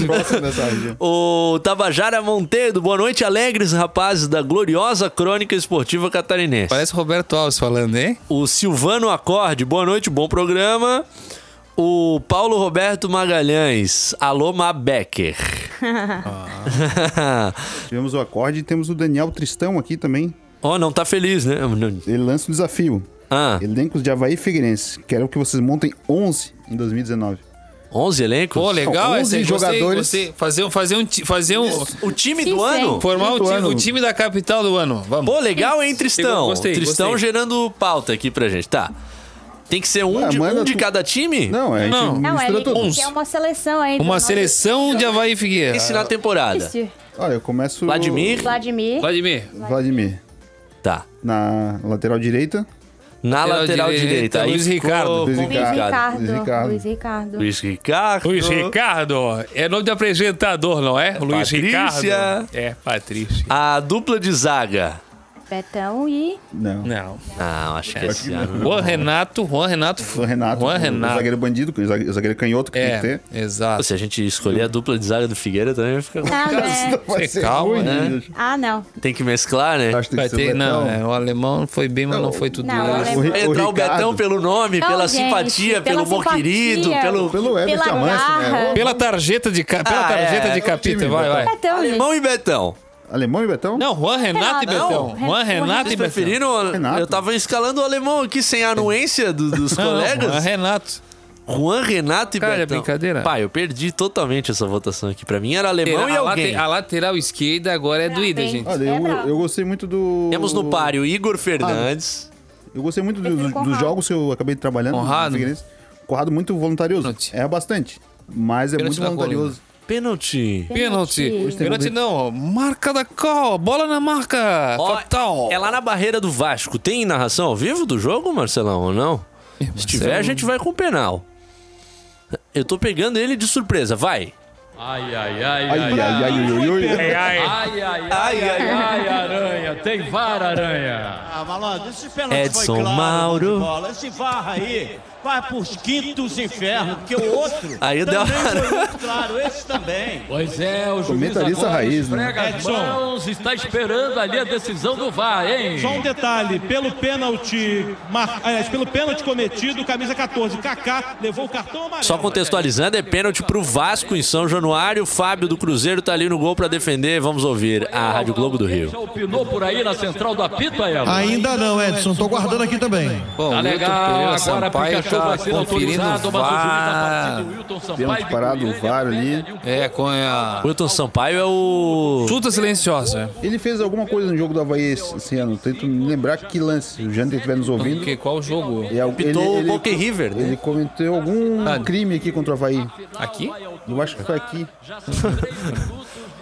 Speaker 3: Próximo dessa região.
Speaker 1: O Tabajara Monteiro, boa noite, alegres rapazes da gloriosa crônica esportiva catarinense.
Speaker 4: Parece Roberto Alves falando, hein?
Speaker 1: O Silvano Acorde, boa noite, bom programa. O Paulo Roberto Magalhães, alô Mabecker.
Speaker 3: Tivemos o acorde e temos o Daniel Tristão aqui também.
Speaker 1: oh, não tá feliz, né?
Speaker 3: Ele lança um desafio.
Speaker 1: Ah,
Speaker 3: Elencos de Havaí e Figueirense. Quero que vocês montem 11 em 2019.
Speaker 1: 11 elencos?
Speaker 4: Pô, legal.
Speaker 3: Onze
Speaker 4: essa aí, gostei,
Speaker 3: jogadores.
Speaker 4: gostei. fazer, um- fazer um... ti- Fazer um
Speaker 1: O time
Speaker 5: Sim,
Speaker 1: do
Speaker 5: sim.
Speaker 1: ano?
Speaker 4: formar o
Speaker 3: do
Speaker 4: time,
Speaker 3: ano.
Speaker 4: o time da capital do ano. Vamos.
Speaker 1: Pô, legal, hein, Tristão?
Speaker 4: Gostei,
Speaker 1: Tristão
Speaker 4: gostei.
Speaker 1: gerando pauta aqui pra gente. Tá. Tem que ser um,
Speaker 3: Ah,
Speaker 1: de, um
Speaker 3: manda
Speaker 1: de
Speaker 3: tu-
Speaker 1: cada time?
Speaker 3: Não, é, a gente
Speaker 4: Não.
Speaker 5: Não, é,
Speaker 3: mistura tudo.
Speaker 5: ele- é uma seleção aí.
Speaker 4: Uma seleção de Havaí Figueira.
Speaker 1: Esse na temporada.
Speaker 5: Isso.
Speaker 3: Olha, eu começo...
Speaker 1: Vladimir.
Speaker 5: Vladimir.
Speaker 4: Vladimir.
Speaker 3: Vladimir.
Speaker 1: Tá.
Speaker 3: Na lateral direita.
Speaker 1: Na
Speaker 4: Lateral
Speaker 1: lateral
Speaker 4: direita,
Speaker 1: direita. aí
Speaker 4: Luiz
Speaker 1: ficou
Speaker 4: Ricardo.
Speaker 3: Luiz
Speaker 5: Luiz
Speaker 3: Ricardo.
Speaker 1: complicado.
Speaker 5: Ricardo.
Speaker 3: Luiz Ricardo.
Speaker 5: Luiz Ricardo.
Speaker 1: Luiz Ricardo.
Speaker 4: Luiz Ricardo. É nome de apresentador, não é? Luiz Ricardo.
Speaker 1: Patrícia.
Speaker 4: É, Patrícia.
Speaker 1: A dupla de zaga.
Speaker 5: Betão e.
Speaker 3: Não.
Speaker 4: Não.
Speaker 1: Não, acho
Speaker 4: É.
Speaker 1: que esse ano.
Speaker 4: Juan Renato, Juan Renato.
Speaker 3: O Renato.
Speaker 4: Juan
Speaker 3: o
Speaker 4: é Renato.
Speaker 3: zagueiro bandido, o zague- o zagueiro canhoto que tem
Speaker 4: É,
Speaker 3: que ter.
Speaker 4: exato.
Speaker 1: Se a gente escolher a dupla de zaga do Figueira também vai ficar.
Speaker 5: Ah, né?
Speaker 3: Vai
Speaker 4: Você
Speaker 3: ser
Speaker 4: calma,
Speaker 3: ruim,
Speaker 1: né?
Speaker 3: gente.
Speaker 5: Ah, não.
Speaker 1: Tem que mesclar, né?
Speaker 3: Acho que tem
Speaker 4: Vai
Speaker 3: que ser
Speaker 4: ter, não,
Speaker 3: Betão.
Speaker 4: é, o alemão foi bem, mas não foi tudo
Speaker 5: Não,
Speaker 4: isso.
Speaker 5: o alemão-
Speaker 3: Ri-
Speaker 1: Vai entrar o
Speaker 3: Ricardo.
Speaker 1: Betão pelo nome,
Speaker 5: Não,
Speaker 1: pela
Speaker 5: Então, gente,
Speaker 1: simpatia,
Speaker 5: pela
Speaker 1: pelo bom
Speaker 5: simpatia,
Speaker 1: querido, pelo.
Speaker 3: Pelo Everton
Speaker 4: é
Speaker 5: pela
Speaker 3: Amâncio, né?
Speaker 5: garra.
Speaker 4: Pela tarjeta de, ca... pela
Speaker 1: Ah,
Speaker 4: tarjeta
Speaker 1: é,
Speaker 4: de
Speaker 1: é o
Speaker 4: capita,
Speaker 3: time,
Speaker 4: vai, vai.
Speaker 5: Betão, Então, gente.
Speaker 1: Alemão e Betão.
Speaker 3: Alemão e Betão?
Speaker 4: Não, Juan Renato e
Speaker 5: Não,
Speaker 4: Betão. Juan Renato e
Speaker 1: Vocês
Speaker 4: Betão.
Speaker 1: preferiram?
Speaker 3: Renato.
Speaker 1: Eu tava escalando o alemão aqui sem a anuência do- dos
Speaker 4: Não, não, Juan
Speaker 1: colegas.
Speaker 4: Renato.
Speaker 1: Juan Renato e
Speaker 4: Cara, é
Speaker 1: Betão.
Speaker 4: brincadeira.
Speaker 1: Pai, eu perdi totalmente essa votação aqui. Pra mim era alemão e
Speaker 4: a,
Speaker 1: alguém.
Speaker 4: late- a lateral esquerda agora é do Ida,
Speaker 5: bem.
Speaker 4: gente.
Speaker 3: Olha,
Speaker 5: É
Speaker 3: eu,
Speaker 5: bravo.
Speaker 3: eu gostei muito do.
Speaker 1: Temos no páreo Igor Fernandes.
Speaker 3: Eu gostei muito do-
Speaker 5: Prefiro
Speaker 3: do-
Speaker 5: Conrado.
Speaker 3: dos jogos que eu acabei trabalhando. no
Speaker 4: Conrado.
Speaker 3: Figueirense. é Conrado muito voluntarioso.
Speaker 4: Pênalti.
Speaker 3: É bastante. Mas é
Speaker 4: Pênalti na
Speaker 3: muito voluntarioso.
Speaker 1: Pênalti.
Speaker 4: Pênalti.
Speaker 5: Pênalti.
Speaker 4: Pênalti não. Marca da cal. Bola na marca.
Speaker 1: Ó,
Speaker 4: Fatal.
Speaker 1: É lá na barreira do Vasco. Tem narração ao vivo do jogo, Marcelão, ou não? Se tiver, a gente vai com o penal. Eu tô pegando ele de surpresa. Vai.
Speaker 6: Ai, ai, ai,
Speaker 4: É,
Speaker 3: Ai, ai, ai, ai,
Speaker 6: ai,
Speaker 3: ai, ai.
Speaker 6: ai,
Speaker 1: Ai,
Speaker 6: ai,
Speaker 1: ai,
Speaker 6: aranha, tem vara, aranha.
Speaker 9: Ah, malandro, esse pênalti
Speaker 1: Edson
Speaker 9: foi claro,
Speaker 1: Mauro.
Speaker 9: bola. Esse varra aí vai pros quintos infernos, porque o outro
Speaker 1: Aí deu
Speaker 9: também
Speaker 1: uma-
Speaker 9: foi muito claro, esse também.
Speaker 6: Pois é, o juiz
Speaker 3: Comentarista
Speaker 6: agora
Speaker 3: raiz, né?
Speaker 6: esfrega as
Speaker 9: Edson.
Speaker 6: mãos, está esperando ali a decisão do VAR, hein?
Speaker 10: Só um detalhe, pelo pênalti, mar- aliás, pelo pênalti cometido, camisa 14, Kaká levou o cartão amarelo.
Speaker 1: Só contextualizando, é pênalti pro Vasco em São Januário. O Fábio do Cruzeiro tá ali no gol pra defender. Vamos ouvir a Rádio Globo do
Speaker 6: Já
Speaker 1: Rio.
Speaker 6: opinou por aí na central do apito, a ela?
Speaker 9: Ainda não, Edson, tô guardando aqui também.
Speaker 4: Bom,
Speaker 6: Tá
Speaker 4: Milton
Speaker 6: legal,
Speaker 4: Pereira
Speaker 6: agora porque
Speaker 4: Sampaio
Speaker 6: a chuva vai
Speaker 4: tá
Speaker 6: ser autorizado,
Speaker 4: conferindo
Speaker 6: mas o juiz da
Speaker 4: vá.
Speaker 6: partida, o Wilton
Speaker 3: Pênalti
Speaker 6: Sampaio.
Speaker 3: parado, o VAR ali.
Speaker 4: É, com a...
Speaker 1: Wilton Sampaio é o.
Speaker 4: Chuta silenciosa.
Speaker 3: Ele fez alguma coisa no jogo do Havaí esse, esse ano. Tento me lembrar que lance. O Jander estiver nos ouvindo.
Speaker 4: Porque qual jogo?
Speaker 3: É algo- ele,
Speaker 1: Pitou o
Speaker 3: ele-
Speaker 1: Boca e River, né?
Speaker 3: ele cometeu algum
Speaker 4: Ah.
Speaker 3: crime aqui contra o Havaí.
Speaker 4: Aqui?
Speaker 3: Eu acho que foi aqui.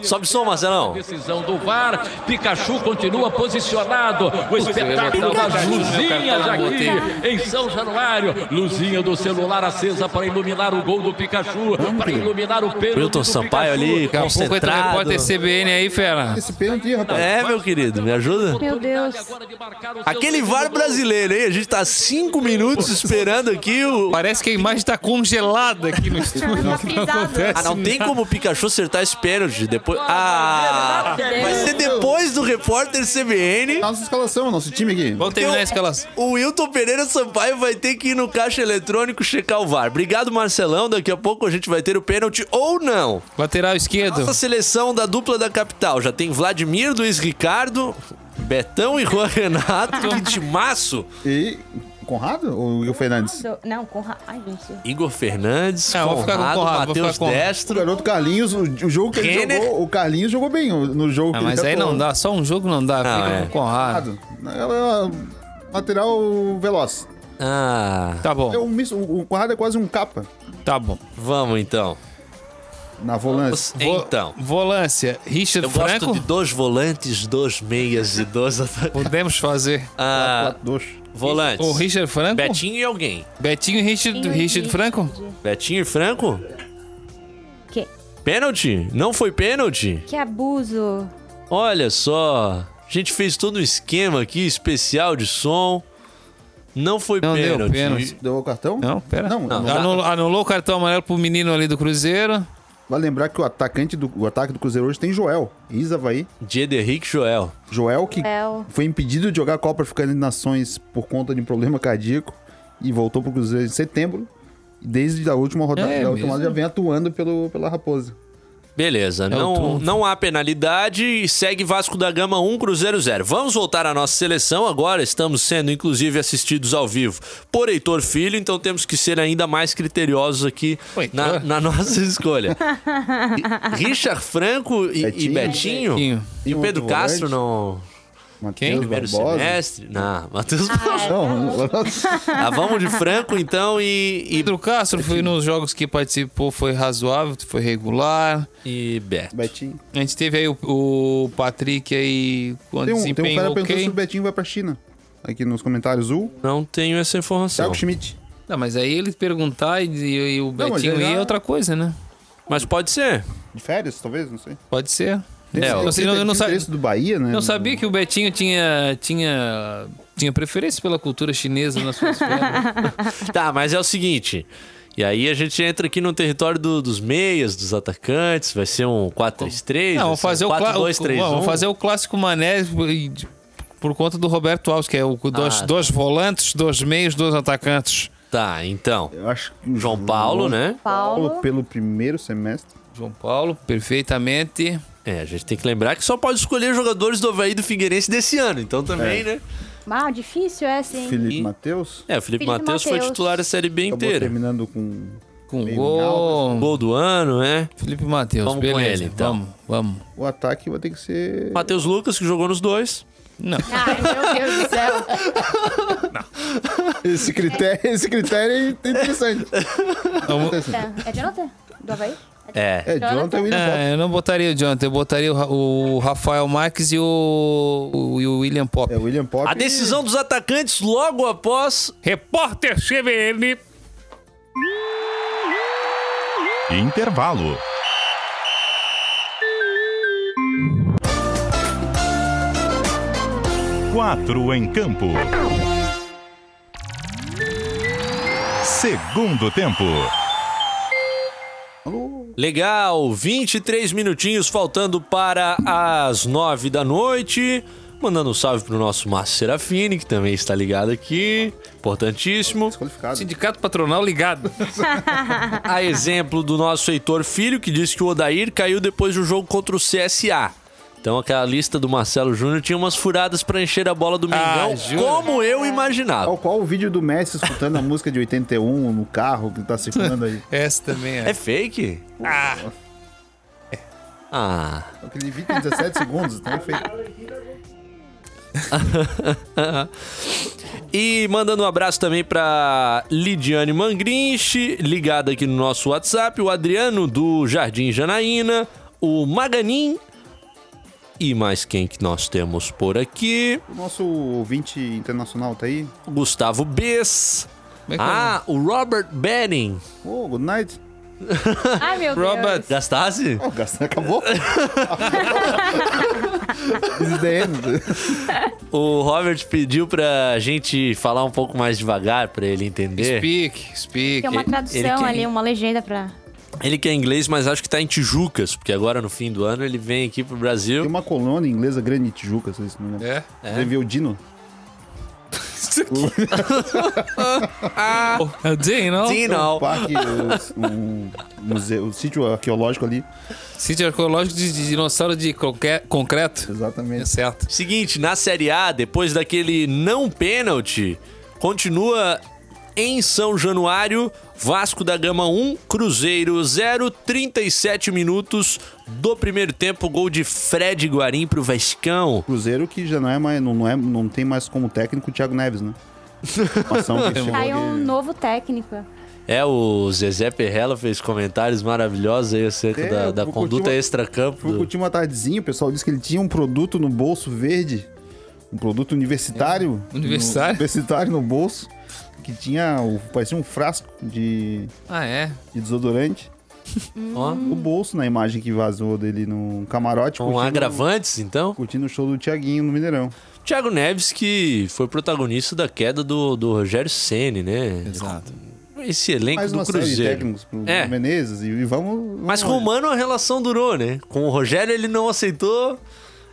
Speaker 1: Sobe som, Marcelão.
Speaker 6: Decisão do VAR, Pikachu continua posicionado. O
Speaker 1: é,
Speaker 6: espetáculo das luzinhas aqui em São Januário. Luzinha do celular acesa para iluminar o gol do Pikachu, para iluminar o pênalti.
Speaker 1: Wilton
Speaker 6: do
Speaker 1: Sampaio
Speaker 6: Pikachu.
Speaker 1: ali,
Speaker 4: Daqui a pouco entra o
Speaker 1: concentrado.
Speaker 4: repórter CBN aí, fera.
Speaker 3: Esse pênalti, rapaz.
Speaker 1: É, meu querido, me ajuda?
Speaker 5: Meu Deus.
Speaker 6: Agora de marcar o seu
Speaker 1: Aquele
Speaker 6: segundo
Speaker 1: VAR
Speaker 6: gol.
Speaker 1: brasileiro, hein? A gente tá cinco minutos esperando aqui o.
Speaker 4: Parece que a imagem tá congelada aqui no estúdio.
Speaker 5: Tá
Speaker 4: Não
Speaker 5: frisado.
Speaker 4: acontece
Speaker 1: Ah, não tem como o Pikachu acertar esse pênalti depois. Ah! Vai ser depois do repórter CBN.
Speaker 3: Nossa escalação, nosso time aqui.
Speaker 4: Vamos terminar a escalação.
Speaker 1: O Wilton Pereira Sampaio vai ter que ir no caixa eletrônico checar o VAR. Obrigado, Marcelão. Daqui a pouco a gente vai ter o pênalti ou não.
Speaker 4: Lateral esquerdo.
Speaker 1: Nossa seleção da dupla da capital já tem Vladimir, Luiz Ricardo, Betão e Juan Renato. Que timaço!
Speaker 3: E Conrado ou Igor Fernandes?
Speaker 5: Não, com ra- Ai, gente.
Speaker 1: Igor Fernandes,
Speaker 4: Ah, eu vou ficar com o
Speaker 1: Conrado,
Speaker 4: Conrado, vou ficar
Speaker 1: Matheus
Speaker 4: com o Conrado.
Speaker 3: O
Speaker 1: Destro.
Speaker 3: garoto Carlinhos, o, o jogo que ele
Speaker 1: Kenner.
Speaker 3: jogou, o Carlinhos jogou bem o- no jogo
Speaker 4: Ah,
Speaker 3: que
Speaker 4: mas
Speaker 3: ele
Speaker 4: aí
Speaker 3: atuou.
Speaker 4: não dá, só um jogo não dá.
Speaker 1: Não,
Speaker 4: Fica
Speaker 1: é.
Speaker 4: com o Conrado.
Speaker 3: Conrado, Ela é lateral veloz.
Speaker 1: Ah,
Speaker 4: Tá bom,
Speaker 3: É um misto, o o Conrado é quase um capa
Speaker 4: tá bom.
Speaker 1: vamos então.
Speaker 3: na volância.
Speaker 4: Vo-
Speaker 1: Então.
Speaker 4: Volância, Richard
Speaker 1: Eu
Speaker 4: Franco, Ah,
Speaker 1: gosto de dois volantes, dois meias e dois atacantes.
Speaker 4: podemos fazer.
Speaker 1: Ah,
Speaker 3: Quatro, dois.
Speaker 1: volantes.
Speaker 4: O Richard Franco?
Speaker 1: Betinho e alguém.
Speaker 4: Betinho e Richard,
Speaker 5: Betinho e
Speaker 4: Richard Franco?
Speaker 1: Betinho e Franco?
Speaker 5: Que,
Speaker 1: Pênalti? Não foi pênalti?
Speaker 5: que abuso.
Speaker 1: Olha só. A gente fez todo um esquema aqui, especial de som. Não foi
Speaker 4: Não deu
Speaker 1: pênalti.
Speaker 4: pênalti.
Speaker 3: Deu o cartão?
Speaker 4: Não, pera.
Speaker 3: Não, não.
Speaker 4: Anulou, anulou o cartão amarelo pro menino ali do Cruzeiro.
Speaker 3: Vai lembrar que o atacante do o ataque do Cruzeiro hoje tem Joel. Isavaí.
Speaker 1: De Ederrick Joel.
Speaker 3: Joel que
Speaker 5: Joel.
Speaker 3: foi impedido de jogar a Copa Africana de Nações por conta de um problema cardíaco e voltou pro Cruzeiro em setembro. Desde a última rodada,
Speaker 4: É
Speaker 3: da última
Speaker 4: mesmo?
Speaker 3: rodada já vem atuando pelo, pela Raposa.
Speaker 4: É
Speaker 1: Beleza, não,
Speaker 4: trunfo.
Speaker 1: não há penalidade e segue Vasco da Gama 1, Cruzeiro 0. Vamos voltar à nossa seleção agora, estamos sendo inclusive assistidos ao vivo por Heitor Filho, então temos que ser ainda mais criteriosos aqui
Speaker 4: Pô, Heitor.
Speaker 1: na, na nossa escolha. E- Richard Franco e e
Speaker 3: Betinho.
Speaker 1: Betinho?
Speaker 4: Betinho.
Speaker 1: E o
Speaker 3: Um
Speaker 1: Pedro
Speaker 3: outro
Speaker 1: Castro
Speaker 3: volante.
Speaker 1: não...
Speaker 3: Matheus
Speaker 1: Primeiro
Speaker 3: Barbosa.
Speaker 1: semestre? Não, Matheus
Speaker 3: é.
Speaker 1: Barbosa.
Speaker 3: Não,
Speaker 1: Ah, vamos de Franco então e,
Speaker 4: Pedro Castro foi nos jogos que participou, foi razoável, foi regular.
Speaker 1: e, e Beto.
Speaker 3: Betinho.
Speaker 4: A gente teve aí o, o Patrick aí com
Speaker 3: Tem um, tem um
Speaker 4: desempenho
Speaker 3: cara perguntando se
Speaker 4: ok.
Speaker 3: o Betinho vai pra China. Aqui nos comentários, o
Speaker 1: Não tenho essa informação.
Speaker 3: Thiago Schmidt.
Speaker 4: Não, mas aí ele perguntar e, e- e o
Speaker 3: mas
Speaker 4: Betinho
Speaker 3: ele
Speaker 4: ir
Speaker 3: já-
Speaker 4: é outra coisa, né?
Speaker 1: Mas pode ser.
Speaker 3: De férias, talvez, não sei.
Speaker 4: Pode ser.
Speaker 1: É,
Speaker 4: eu, não sei, eu não sa-
Speaker 3: interesse do Bahia, né?
Speaker 4: não sabia que o Betinho tinha, tinha, tinha preferência pela cultura chinesa nas suas férias.
Speaker 1: Tá, mas é o seguinte. E aí a gente entra aqui no território do- dos meias, dos atacantes, vai ser um 4-3-3,
Speaker 4: Não, vamos fazer o, clá-
Speaker 1: 4-2-3-1.
Speaker 4: o-
Speaker 3: um.
Speaker 4: vamos fazer o clássico Mané e- por conta do Roberto Alves, que é o dois,
Speaker 1: tá.
Speaker 4: dois volantes, dois meios, dois atacantes.
Speaker 1: Tá, então.
Speaker 3: Eu acho que o
Speaker 1: João Paulo, né?
Speaker 5: Paulo.
Speaker 3: Pelo primeiro semestre.
Speaker 4: João Paulo, perfeitamente.
Speaker 1: É, a gente tem que lembrar que só pode escolher jogadores do Havaí e do Figueirense desse ano, então
Speaker 3: É.
Speaker 1: também, né?
Speaker 5: Ah, difícil é assim.
Speaker 3: Felipe
Speaker 1: E-
Speaker 3: Matheus.
Speaker 1: É, o Felipe,
Speaker 5: Felipe
Speaker 1: Matheus foi
Speaker 5: Mateus.
Speaker 1: titular da Série B
Speaker 3: Acabou
Speaker 1: inteira.
Speaker 3: terminando com
Speaker 4: Com
Speaker 3: Meio
Speaker 4: gol.
Speaker 1: Gol do ano, né?
Speaker 4: Felipe Matheus,
Speaker 1: Vamos com
Speaker 4: beleza.
Speaker 1: ele, então.
Speaker 4: Vamos, vamos.
Speaker 3: o ataque, vai ter que ser.
Speaker 1: Matheus Lucas, que jogou nos dois.
Speaker 4: Não.
Speaker 5: Ai, meu Deus do céu.
Speaker 3: Esse critério, esse critério é interessante.
Speaker 4: Então,
Speaker 3: Interessante.
Speaker 5: É Jonathan? Do Havaí?
Speaker 1: É.
Speaker 3: É, Jonathan William Potter.
Speaker 4: É, eu não botaria o Jonathan, eu botaria o, Ra- o Rafael Marques e o, o- e o William Pop.
Speaker 3: É, William Pop.
Speaker 1: A decisão dos atacantes logo após
Speaker 4: Repórter CBN.
Speaker 2: Intervalo. Quatro em campo. Segundo tempo.
Speaker 1: Legal, 23 minutinhos faltando para as 9 da noite. Mandando um salve pro nosso Márcio Serafini, que também está ligado aqui. Importantíssimo.
Speaker 3: Desqualificado.
Speaker 4: Sindicato Patronal ligado.
Speaker 1: A exemplo do nosso Heitor Filho, que disse que o Odair caiu depois do jogo contra o CSA. Então aquela lista do Marcelo Júnior tinha umas furadas para encher a bola do Mengão,
Speaker 4: Ah, jura?
Speaker 1: como eu imaginava.
Speaker 3: Qual, qual o vídeo do Messi escutando a música de 81 no carro que tá circulando aí?
Speaker 4: Essa também é.
Speaker 1: É fake? Ah. Ah.
Speaker 3: Aquele vídeo tem 17 segundos, tá feito.
Speaker 1: E mandando um abraço também pra Lidiane Mangrinche, ligada aqui no nosso WhatsApp, o Adriano do Jardim Janaína, o Maganin e mais quem que nós temos por aqui?
Speaker 3: O nosso ouvinte internacional tá aí?
Speaker 1: O Gustavo Bess.
Speaker 4: Como é que é o
Speaker 1: Ah, o Robert Benning.
Speaker 3: Ô, good night.
Speaker 5: Ai, meu Deus.
Speaker 4: Robert.
Speaker 1: Gastasse?
Speaker 3: Ó, o gasto acabou. Esse DM.
Speaker 1: O Robert pediu pra gente falar um pouco mais devagar pra ele entender.
Speaker 4: Speak, speak.
Speaker 1: É
Speaker 5: Tem uma tradução
Speaker 1: quer-
Speaker 5: ali, uma legenda pra.
Speaker 1: Ele que é inglês, mas acho que tá em Tijucas, porque agora no fim do ano ele vem aqui pro Brasil.
Speaker 3: Tem uma colônia inglesa grande em Tijuca, vocês não
Speaker 1: um
Speaker 3: lembram.
Speaker 4: É.
Speaker 3: Você viu o Dino?
Speaker 4: É o Dino.
Speaker 1: Ah. Sim,
Speaker 3: O
Speaker 1: não.
Speaker 3: Um parque, o- um museu, o sítio arqueológico ali.
Speaker 4: Sítio arqueológico de, de dinossauro de croque- concreto. É
Speaker 3: Exatamente.
Speaker 4: certo.
Speaker 1: Seguinte, na Série A, depois daquele não pênalti, continua em São Januário, Vasco da Gama 1, Cruzeiro 0, 37 minutos do primeiro tempo, gol de Fred Guarim pro Vascão.
Speaker 3: Cruzeiro que já não é mais, não, não é, não tem mais como técnico o Thiago Neves, né? Uma ação que chegou
Speaker 5: Caiu um
Speaker 3: aqui.
Speaker 5: novo técnico.
Speaker 1: É, o Zezé Perrella fez comentários maravilhosos aí acerca
Speaker 3: É,
Speaker 1: da,
Speaker 3: eu
Speaker 1: da
Speaker 3: vou
Speaker 1: conduta
Speaker 3: curtir uma-
Speaker 1: extra-campo.
Speaker 3: Fui
Speaker 1: do-
Speaker 3: curtir uma tardezinha, o pessoal disse que ele tinha um produto no bolso verde, um produto universitário.
Speaker 4: Universitário?
Speaker 3: No, universitário no bolso, que tinha, o- parecia um frasco de,
Speaker 4: Ah, é?
Speaker 3: de desodorante.
Speaker 1: Ó,
Speaker 3: O bolso, na imagem que vazou dele num camarote.
Speaker 1: com agravantes, então.
Speaker 3: Curtindo o show do Tiaguinho no Mineirão.
Speaker 1: Thiago Neves, que foi protagonista da queda do, do Rogério Ceni, né?
Speaker 4: Exato.
Speaker 1: Esse elenco
Speaker 3: Mais
Speaker 1: do
Speaker 3: uma série de
Speaker 1: Cruzeiro.
Speaker 3: técnicos pro
Speaker 1: É.
Speaker 3: Menezes e, e vamos...
Speaker 1: Mas com o
Speaker 3: vamos-
Speaker 1: Mano a relação durou, né? Com o Rogério ele não aceitou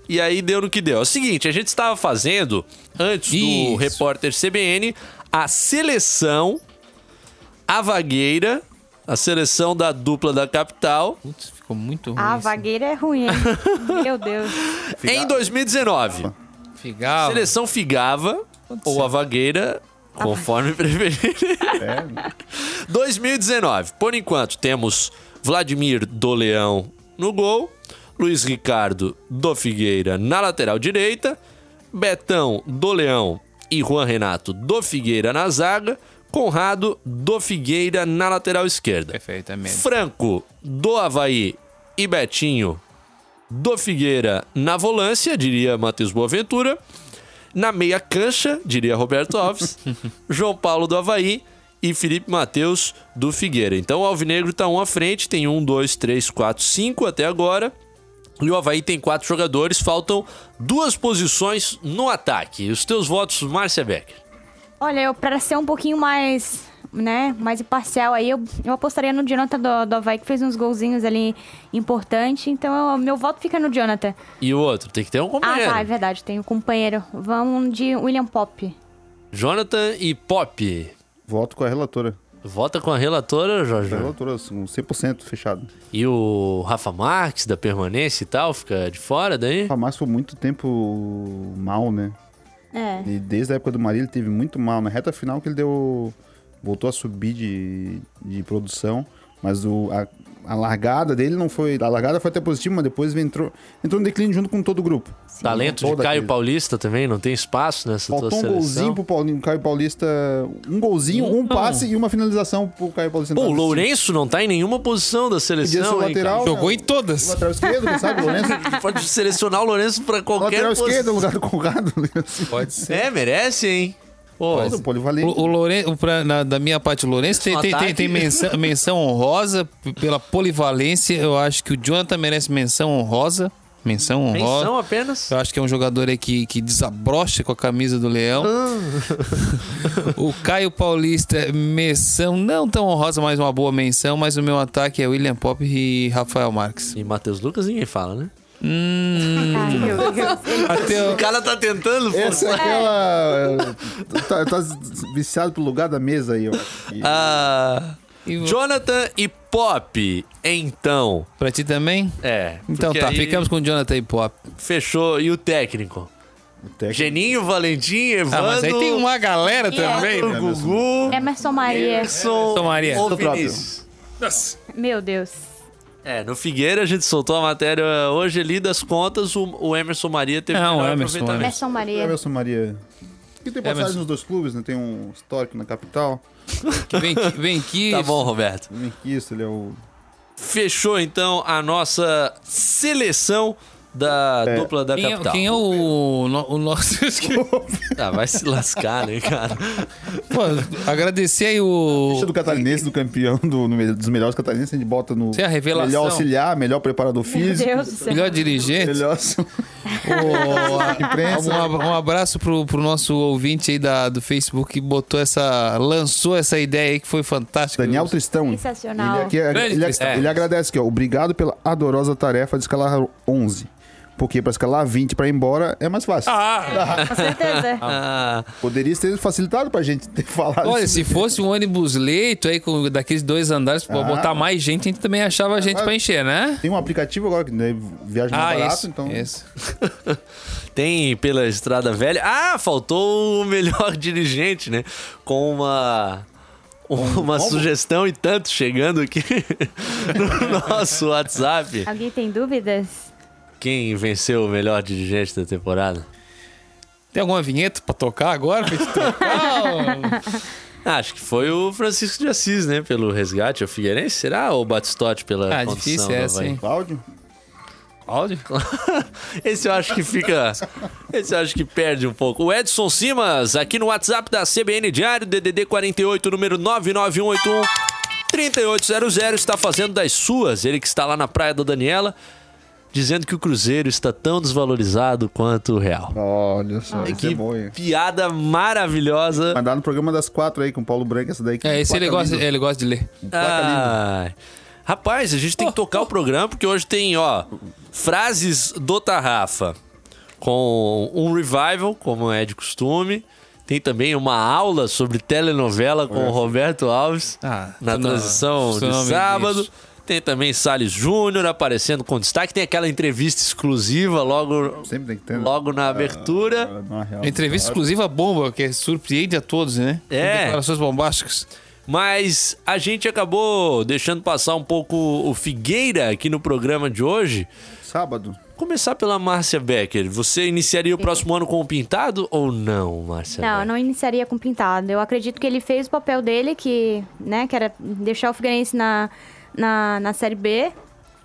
Speaker 1: e aí deu no que deu. É o seguinte, a gente estava fazendo, antes do
Speaker 4: Isso.
Speaker 1: repórter CBN, a seleção, a vagueira A seleção da dupla da capital.
Speaker 4: Putz, ficou muito ruim.
Speaker 5: Ah,
Speaker 4: isso.
Speaker 5: vagueira é ruim, hein? Meu Deus.
Speaker 1: Em 2019.
Speaker 4: Figal.
Speaker 1: Seleção Figava ou a Vagueira, conforme preferir. 2019. Por enquanto, temos Vladimir do Leão no gol, Luiz Ricardo do Figueira na lateral direita, Betão do Leão e Juan Renato do Figueira na zaga, Conrado do Figueira na lateral esquerda.
Speaker 4: Perfeitamente.
Speaker 1: Franco do Havaí e Betinho do Figueira na volância, diria Matheus Boaventura. Na meia cancha, diria Roberto Alves. João Paulo do Havaí e Felipe Matheus do Figueira. Então o Alvinegro está um à frente, tem um, dois, três, quatro, cinco até agora. E o Havaí tem quatro jogadores, faltam duas posições no ataque. Os teus votos, Márcia Becker.
Speaker 5: Olha, eu para ser um pouquinho mais, né, mais imparcial aí, eu, eu apostaria no Jonathan do, do Havaí, que fez uns golzinhos ali importante. Então, eu- meu voto fica no Jonathan.
Speaker 1: E o outro, tem que ter um
Speaker 5: Ah,
Speaker 1: companheiro.
Speaker 5: tá, é verdade, tem um companheiro. Vamos de William Pop.
Speaker 1: Jonathan e Pop.
Speaker 3: Voto com a relatora.
Speaker 1: Vota com a relatora, Jorge.
Speaker 3: A relatora, assim, 100% fechado.
Speaker 1: E o Rafa Marques da permanência e tal, fica de fora daí?
Speaker 3: O Márcio foi muito tempo mal, né?
Speaker 5: É.
Speaker 3: E desde a época do Marília ele teve muito mal. Na reta final que ele deu. voltou a subir de, de produção, mas o, a, a largada dele não foi. A largada foi até positiva, mas depois entrou, entrou no declínio junto com todo o grupo.
Speaker 1: Talento de
Speaker 3: Toda
Speaker 1: Caio
Speaker 3: aquele-
Speaker 1: Paulista também, não tem espaço nessa tua
Speaker 3: Faltou um
Speaker 1: seleção.
Speaker 3: golzinho pro Paulinho, Caio Paulista. Um golzinho, um passe e uma finalização pro Caio Paulista.
Speaker 1: Pô, o
Speaker 3: Não,
Speaker 1: Lourenço não tá em nenhuma posição da
Speaker 3: Podia ser
Speaker 1: seleção,
Speaker 3: o
Speaker 1: hein, cara?
Speaker 3: lateral.
Speaker 4: Jogou
Speaker 3: né?
Speaker 4: em todas.
Speaker 3: Lateral esquerdo, quem sabe? Lourenço.
Speaker 1: Pode selecionar o Lourenço pra qualquer
Speaker 3: lateral esquerdo,
Speaker 1: posição.
Speaker 3: lugar do Conrado. assim.
Speaker 4: Pode ser.
Speaker 1: É, merece, hein? Pô,
Speaker 3: Mas o polivalente.
Speaker 4: O, o Louren- o pra- na- da minha parte, o Lourenço tem,
Speaker 1: Um
Speaker 4: tem- tem-
Speaker 1: ataque.
Speaker 4: tem menção, menção honrosa p- pela polivalência. Eu acho que o Jonathan merece menção honrosa. Menção honrosa.
Speaker 1: menção apenas.
Speaker 4: Eu acho que é um jogador aí que, que desabrocha com a camisa do Leão.
Speaker 1: Ah.
Speaker 4: o Caio Paulista, menção não tão honrosa, mas uma boa menção. Mas o meu ataque é William Pop e Rafael Marques.
Speaker 1: E Matheus Lucas ninguém fala, né?
Speaker 5: Ai, meu Deus.
Speaker 1: O cara tá tentando
Speaker 3: Essa é
Speaker 1: forçar.
Speaker 3: aquela. tá, tá viciado pelo lugar da mesa aí, ó. E-
Speaker 1: Ah,
Speaker 4: E vo-
Speaker 1: Jonathan e Pop, então.
Speaker 4: Pra ti também?
Speaker 1: É.
Speaker 4: Então
Speaker 1: porque
Speaker 4: tá,
Speaker 1: aí
Speaker 4: ficamos com o Jonathan e Pop.
Speaker 1: Fechou. E o técnico?
Speaker 3: o técnico-
Speaker 1: Geninho, Valentim, Evandro,
Speaker 4: Ah, mas aí tem uma galera também.
Speaker 1: o Gugu,
Speaker 5: Emerson Maria.
Speaker 1: Emerson,
Speaker 4: Sou né, Maria.
Speaker 1: ou
Speaker 3: Sou próprio.
Speaker 1: Vinícius.
Speaker 5: Meu Deus.
Speaker 1: É, no Figueira a gente soltou a matéria hoje ali das contas, o, o Emerson Maria teve
Speaker 4: Não,
Speaker 1: melhor
Speaker 4: É, Emerson,
Speaker 1: aproveitamento.
Speaker 5: Emerson
Speaker 3: É,
Speaker 5: Maria.
Speaker 3: Wilson Maria. Que tem passagem
Speaker 4: Wilson.
Speaker 3: nos dois clubes, né? Tem um histórico na capital.
Speaker 4: Vem, aqui- vem aqui.
Speaker 1: Tá bom, Roberto.
Speaker 3: O Menquisto, ele é o.
Speaker 1: Fechou então a nossa seleção da dupla da
Speaker 4: Quem é,
Speaker 1: capital.
Speaker 4: quem é o, no- o nosso.
Speaker 1: Ah, vai se lascar, né, cara?
Speaker 4: Pô, agradecer aí o.
Speaker 3: Deixa do catarinense, do campeão, do, no- dos melhores catarinenses, a gente bota no.
Speaker 4: Isso é a revelação.
Speaker 3: Melhor auxiliar, melhor preparador
Speaker 5: Meu
Speaker 3: é físico.
Speaker 5: Deus é do céu.
Speaker 4: Melhor dirigente.
Speaker 3: Melhor
Speaker 4: O- a-
Speaker 3: imprensa.
Speaker 4: um, ab- um abraço pro, pro nosso ouvinte aí da, do Facebook que botou essa. lançou essa ideia aí que foi fantástica.
Speaker 3: Daniel Tristão.
Speaker 5: Sensacional.
Speaker 3: Ele, aqui- é,
Speaker 4: Grande
Speaker 3: ele-
Speaker 4: Tristão.
Speaker 3: ele agradece aqui, ó. Obrigado pela adorosa tarefa de escalar 11. Porque pra escalar 20 pra ir embora é mais
Speaker 4: Ah,
Speaker 3: fácil.
Speaker 5: Com certeza.
Speaker 1: Ah,
Speaker 3: Poderia ter facilitado pra gente ter falado
Speaker 4: Olha,
Speaker 3: isso.
Speaker 4: se fosse um ônibus leito aí com daqueles dois andares pra
Speaker 3: Ah.
Speaker 4: botar mais gente, a gente também achava gente pra encher, né?
Speaker 3: Tem um aplicativo agora que né, viaja mais
Speaker 4: Ah,
Speaker 3: barato,
Speaker 4: isso,
Speaker 3: então.
Speaker 4: isso.
Speaker 1: tem pela Estrada Velha. Ah, faltou o melhor dirigente, né? Com uma. Uma sugestão e tanto chegando aqui no nosso WhatsApp.
Speaker 5: Alguém tem dúvidas?
Speaker 1: Quem venceu o melhor dirigente da temporada?
Speaker 4: Tem alguma vinheta pra tocar agora? Pra gente tocar?
Speaker 1: Ah, acho que foi o Francisco de Assis, né? Pelo resgate ao Figueirense. Será? Ou o Batistote pela
Speaker 4: Ah,
Speaker 1: condução
Speaker 4: difícil
Speaker 1: do
Speaker 4: essa,
Speaker 1: Havaí?
Speaker 4: hein?
Speaker 3: Cláudio?
Speaker 4: Áudio?
Speaker 1: Esse eu acho que fica. Esse eu acho que perde um pouco. O Edson Simas, aqui no WhatsApp da CBN Diário, DDD 48, número 99181 3800, está fazendo das suas. Ele que está lá na Praia da Daniela, dizendo que o Cruzeiro está tão desvalorizado quanto o Real.
Speaker 3: Olha
Speaker 4: Ah,
Speaker 3: só, isso
Speaker 1: que
Speaker 3: é bom, hein?
Speaker 1: piada maravilhosa.
Speaker 3: Mandar no programa das quatro aí com o Paulo Branco, essa daí que
Speaker 4: É, esse
Speaker 3: placa
Speaker 4: ele gosta,
Speaker 3: linda.
Speaker 4: ele gosta de ler.
Speaker 3: Placa linda.
Speaker 1: Ai. Rapaz, a gente tem que tocar o programa, porque hoje tem, ó, frases do Tarrafa com um revival, como é de costume. Tem também uma aula sobre telenovela com o Roberto Alves
Speaker 4: Ah,
Speaker 1: na
Speaker 4: tô na-
Speaker 1: transição
Speaker 4: some,
Speaker 1: de
Speaker 4: bicho.
Speaker 1: sábado. Tem também Salles Júnior aparecendo com destaque. Tem aquela entrevista exclusiva logo,
Speaker 3: Sempre tem que ter.
Speaker 1: logo na
Speaker 4: é.
Speaker 1: abertura.
Speaker 3: Na real.
Speaker 4: Uma entrevista exclusiva bomba, que é surpreende a todos, né?
Speaker 1: É.
Speaker 4: Com declarações bombásticas.
Speaker 1: Mas a gente acabou deixando passar um pouco o Figueira aqui no programa de hoje.
Speaker 3: Sábado.
Speaker 1: Começar pela Márcia Becker. Você iniciaria o próximo ano com o pintado ou não, Márcia?
Speaker 5: Não, eu
Speaker 1: Becker?
Speaker 5: não iniciaria com pintado. Eu acredito que ele fez o papel dele, que, né, que era deixar o Figueirense na, na, na Série B.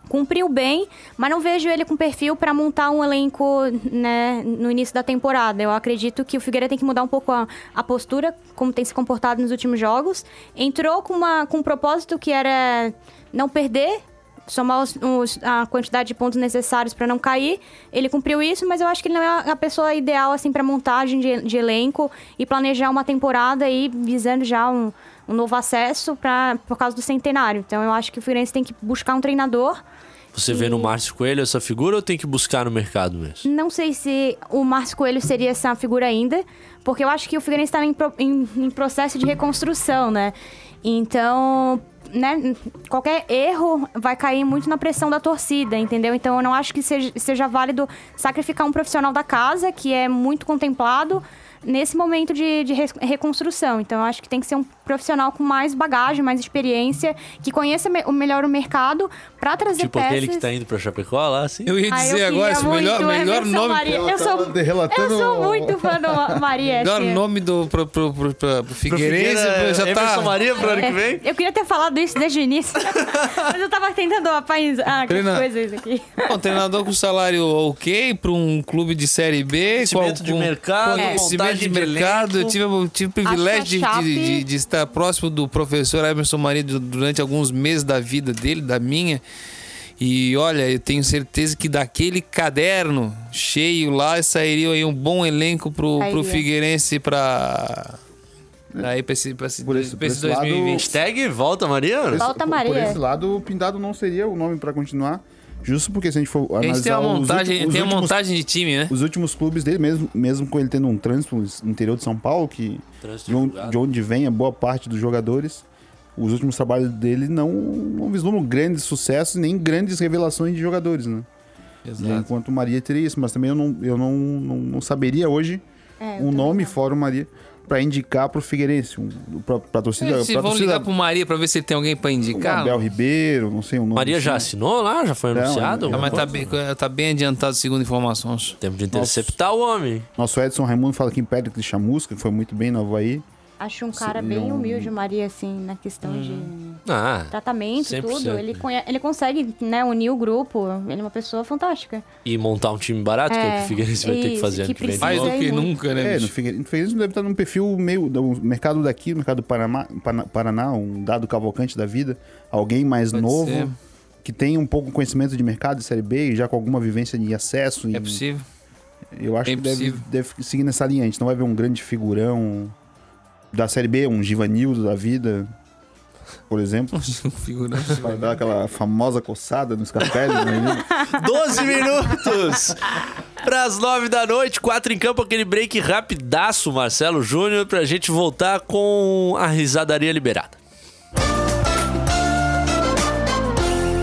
Speaker 5: Cumpriu bem, mas não vejo ele com perfil para montar um elenco né, no início da temporada. Eu acredito que o Figueira tem que mudar um pouco a, a postura, como tem se comportado nos últimos jogos. Entrou com, uma, com um propósito que era não perder, somar os- os- a quantidade de pontos necessários para não cair. Ele cumpriu isso, mas eu acho que ele não é a pessoa ideal assim para montagem de, de elenco e planejar uma temporada aí visando já um, um novo acesso para por causa do centenário. Então eu acho que o Figueirense tem que buscar um treinador.
Speaker 1: Você vê no Márcio Coelho essa figura ou tem que buscar no mercado mesmo?
Speaker 5: Não sei se o Márcio Coelho seria essa figura ainda, porque eu acho que o Figueirense está em, pro- em- em processo de reconstrução, né? Então, né, qualquer erro vai cair muito na pressão da torcida, entendeu? Então, eu não acho que seja, seja válido sacrificar um profissional da casa, que é muito contemplado, nesse momento de, de res- reconstrução. Então, eu acho que tem que ser um profissional com mais bagagem, mais experiência, que conheça me- o melhor o mercado, para trazer
Speaker 1: Tipo
Speaker 5: peças...
Speaker 1: aquele que tá indo pra Chapecó lá, assim?
Speaker 4: Eu ia
Speaker 5: Ah, eu
Speaker 4: dizer
Speaker 5: queria
Speaker 4: agora, esse melhor,
Speaker 5: muito
Speaker 4: melhor
Speaker 5: Emerson
Speaker 4: nome.
Speaker 5: Maria. Eu sou,
Speaker 3: Relatando- relatando-
Speaker 5: eu sou muito fã do Ma- Maria.
Speaker 4: Melhor
Speaker 5: assim.
Speaker 4: nome do, pro, pro, pro, pro- pro
Speaker 1: Pro
Speaker 4: Figueirense
Speaker 1: Figueira,
Speaker 4: já tá.
Speaker 1: Emerson Maria pro ano que
Speaker 5: É,
Speaker 1: vem?
Speaker 5: eu queria ter falado isso desde o início, mas eu tava tentando apaisar ah, que
Speaker 4: Treina-
Speaker 5: coisas aqui.
Speaker 4: Um treinador com salário ok para um clube de série B.
Speaker 1: Conhecimento
Speaker 4: com,
Speaker 1: de
Speaker 4: com-
Speaker 1: mercado,
Speaker 4: com conhecimento
Speaker 1: montagem
Speaker 4: de
Speaker 1: de
Speaker 4: mercado. eu
Speaker 1: elenco.
Speaker 4: tive, eu tive o privilégio de,
Speaker 5: Acho que a
Speaker 4: de-
Speaker 5: Chape-
Speaker 4: de- de estar próximo do professor Emerson Maria du- durante alguns meses da vida dele, da minha. E olha, eu tenho certeza que daquele caderno cheio lá sairia aí um bom elenco pro, pro
Speaker 5: Sairia.
Speaker 4: Figueirense para aí para esse, pra esse,
Speaker 3: Por esse-
Speaker 4: pra esse
Speaker 3: por esse lado,
Speaker 4: 2020.
Speaker 1: Hashtag volta, Mariano.
Speaker 5: Volta
Speaker 3: por, por
Speaker 5: Maria.
Speaker 3: esse lado, o Pindado não seria o nome pra continuar. Justo porque se a gente for
Speaker 4: A
Speaker 3: analisar
Speaker 4: gente tem uma
Speaker 3: os
Speaker 4: montagem,
Speaker 3: últimos- os
Speaker 4: tem uma
Speaker 3: últimos
Speaker 4: montagem de time, né?
Speaker 3: os últimos clubes dele, mesmo, mesmo com ele tendo um trânsito no interior de São Paulo, que
Speaker 1: Trânsito
Speaker 3: de, on-
Speaker 1: julgado.
Speaker 3: de onde vem a boa parte dos jogadores, os últimos trabalhos dele não, não vislumbram grandes sucessos nem grandes revelações de jogadores, né? Enquanto o Maria teria isso, mas também eu não, eu não, não, não saberia hoje um nome fora o Maria para indicar pro Figueirense, um, pra, pra torcida,
Speaker 4: É, se
Speaker 3: pra
Speaker 4: vão ligar
Speaker 3: torcida
Speaker 4: pro Maria pra ver se ele tem alguém pra
Speaker 3: um
Speaker 4: indicar.
Speaker 3: Abel Ribeiro, não sei o nome.
Speaker 1: Maria
Speaker 3: assim.
Speaker 1: já assinou lá? Já foi
Speaker 3: Não,
Speaker 1: anunciado?
Speaker 3: não.
Speaker 4: Ah,
Speaker 1: alguma
Speaker 4: mas tá
Speaker 1: coisa?
Speaker 4: bem, tá bem adiantado, segundo informações.
Speaker 1: Tempo de interceptar o homem.
Speaker 3: Nosso Edson Raimundo fala que impede de Chamusca, que foi muito bem no Havaí.
Speaker 5: Acho um cara bem humilde, Maria, assim, na questão de
Speaker 1: Ah,
Speaker 5: tratamento e
Speaker 1: 100%,
Speaker 5: tudo. Ele,
Speaker 1: né?
Speaker 5: conhe- ele consegue né, unir o grupo. Ele é uma pessoa fantástica.
Speaker 1: e montar um time barato, que é o que o
Speaker 5: É,
Speaker 1: Figueirense vai ter que
Speaker 5: isso,
Speaker 1: fazer ano
Speaker 5: que
Speaker 1: que vem. de
Speaker 5: precisa.
Speaker 4: Mais
Speaker 1: novo.
Speaker 4: do que
Speaker 5: Sei muito.
Speaker 4: nunca, né?
Speaker 3: É, no
Speaker 4: bicho?
Speaker 3: Figueirense, no Figueirense deve estar num perfil meio do mercado daqui, mercado do Paraná, Pana- Paraná, um dado cavalcante da vida, alguém mais
Speaker 4: Pode
Speaker 3: novo,
Speaker 4: ser.
Speaker 3: que tem um pouco conhecimento de mercado de Série B, e já com alguma vivência de acesso.
Speaker 4: É
Speaker 3: em-
Speaker 4: possível.
Speaker 3: Eu acho
Speaker 4: É
Speaker 3: que deve,
Speaker 4: possível.
Speaker 3: deve seguir nessa linha. A gente não vai ver um grande figurão da Série B, um Givanildo da vida, por exemplo,
Speaker 4: Figurante.
Speaker 3: para dar aquela famosa coçada nos cafés. né?
Speaker 1: 12 minutos para as 9 da noite, 4 em campo, aquele break rapidaço, Marcelo Júnior, pra gente voltar com a risadaria liberada.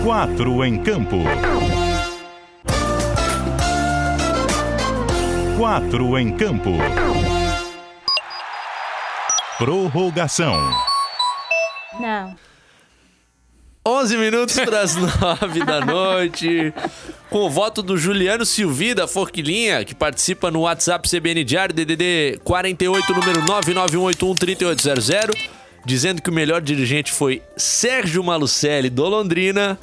Speaker 2: Quatro em campo. Quatro em campo. Prorrogação.
Speaker 5: Não.
Speaker 1: 11 minutos para as 9 da noite. Com o voto do Juliano Silvi da Forquilinha, que participa no WhatsApp CBN Diário, DDD 48, número 991813800, dizendo que o melhor dirigente foi Sérgio Malucelli, do Londrina.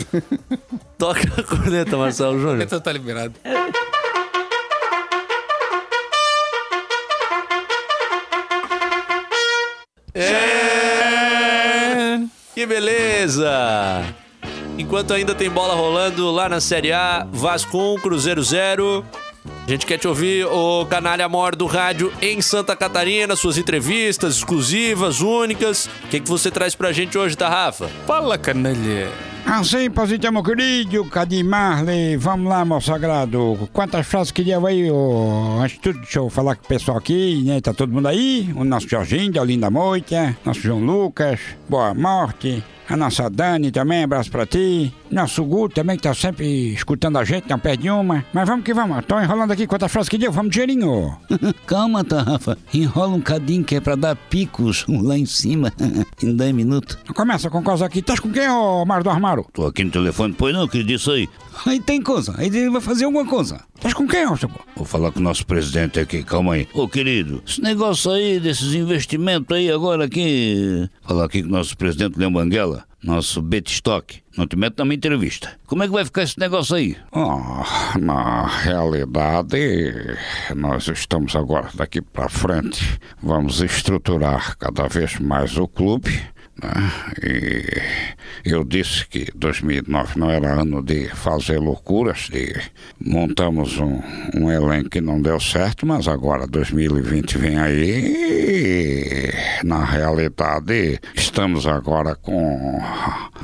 Speaker 1: Toca a corneta, Marcelo Júnior.
Speaker 4: Então tá liberado.
Speaker 1: É. Que beleza! Enquanto ainda tem bola rolando lá na Série A, Vasco 1, Cruzeiro 0. A gente quer te ouvir, o Canalha Mor do Rádio em Santa Catarina, suas tá, entrevistas exclusivas, únicas. O que, que você traz pra gente hoje, Tarrafa?
Speaker 4: Fala, canalha.
Speaker 11: Assim, positamos, querido Cadim Marley. Vamos lá, meu sagrado. Quantas frases queria aí, ô? antes de tudo, deixa eu falar com o pessoal aqui, né? Tá todo mundo aí? O nosso Jorginho, da Olinda Moita, nosso João Lucas, Boa Morte, a nossa Dani também, abraço pra ti. Nosso Guto também, que tá sempre escutando a gente, não perde uma. Mas vamos que vamos, tô enrolando aqui quantas frases que deu, vamos dinheirinho.
Speaker 12: Calma, Tarrafa. Enrola um cadinho que é pra dar picos lá em cima. em 10 minutos.
Speaker 11: Começa com coisa aqui. Tá com quem, ô Mário do Armário?
Speaker 13: Tô aqui no telefone, pois não, que disse aí.
Speaker 12: Aí tem coisa, aí ele vai fazer alguma coisa.
Speaker 11: Tá com quem, ô seu
Speaker 13: Vou falar com o nosso presidente aqui, calma aí. Ô, querido, esse negócio aí, desses investimentos aí agora aqui... Falar aqui com o nosso presidente Leão Banguela, nosso Betistock. Não te meto na minha entrevista. Como é que vai ficar esse negócio aí?
Speaker 11: Ah, na realidade, nós estamos agora daqui para frente. Vamos estruturar cada vez mais o clube. né? E eu disse que 2009 não era ano de fazer loucuras, de montamos um, um elenco que não deu certo, mas agora 2020 vem aí e, na realidade, estamos agora com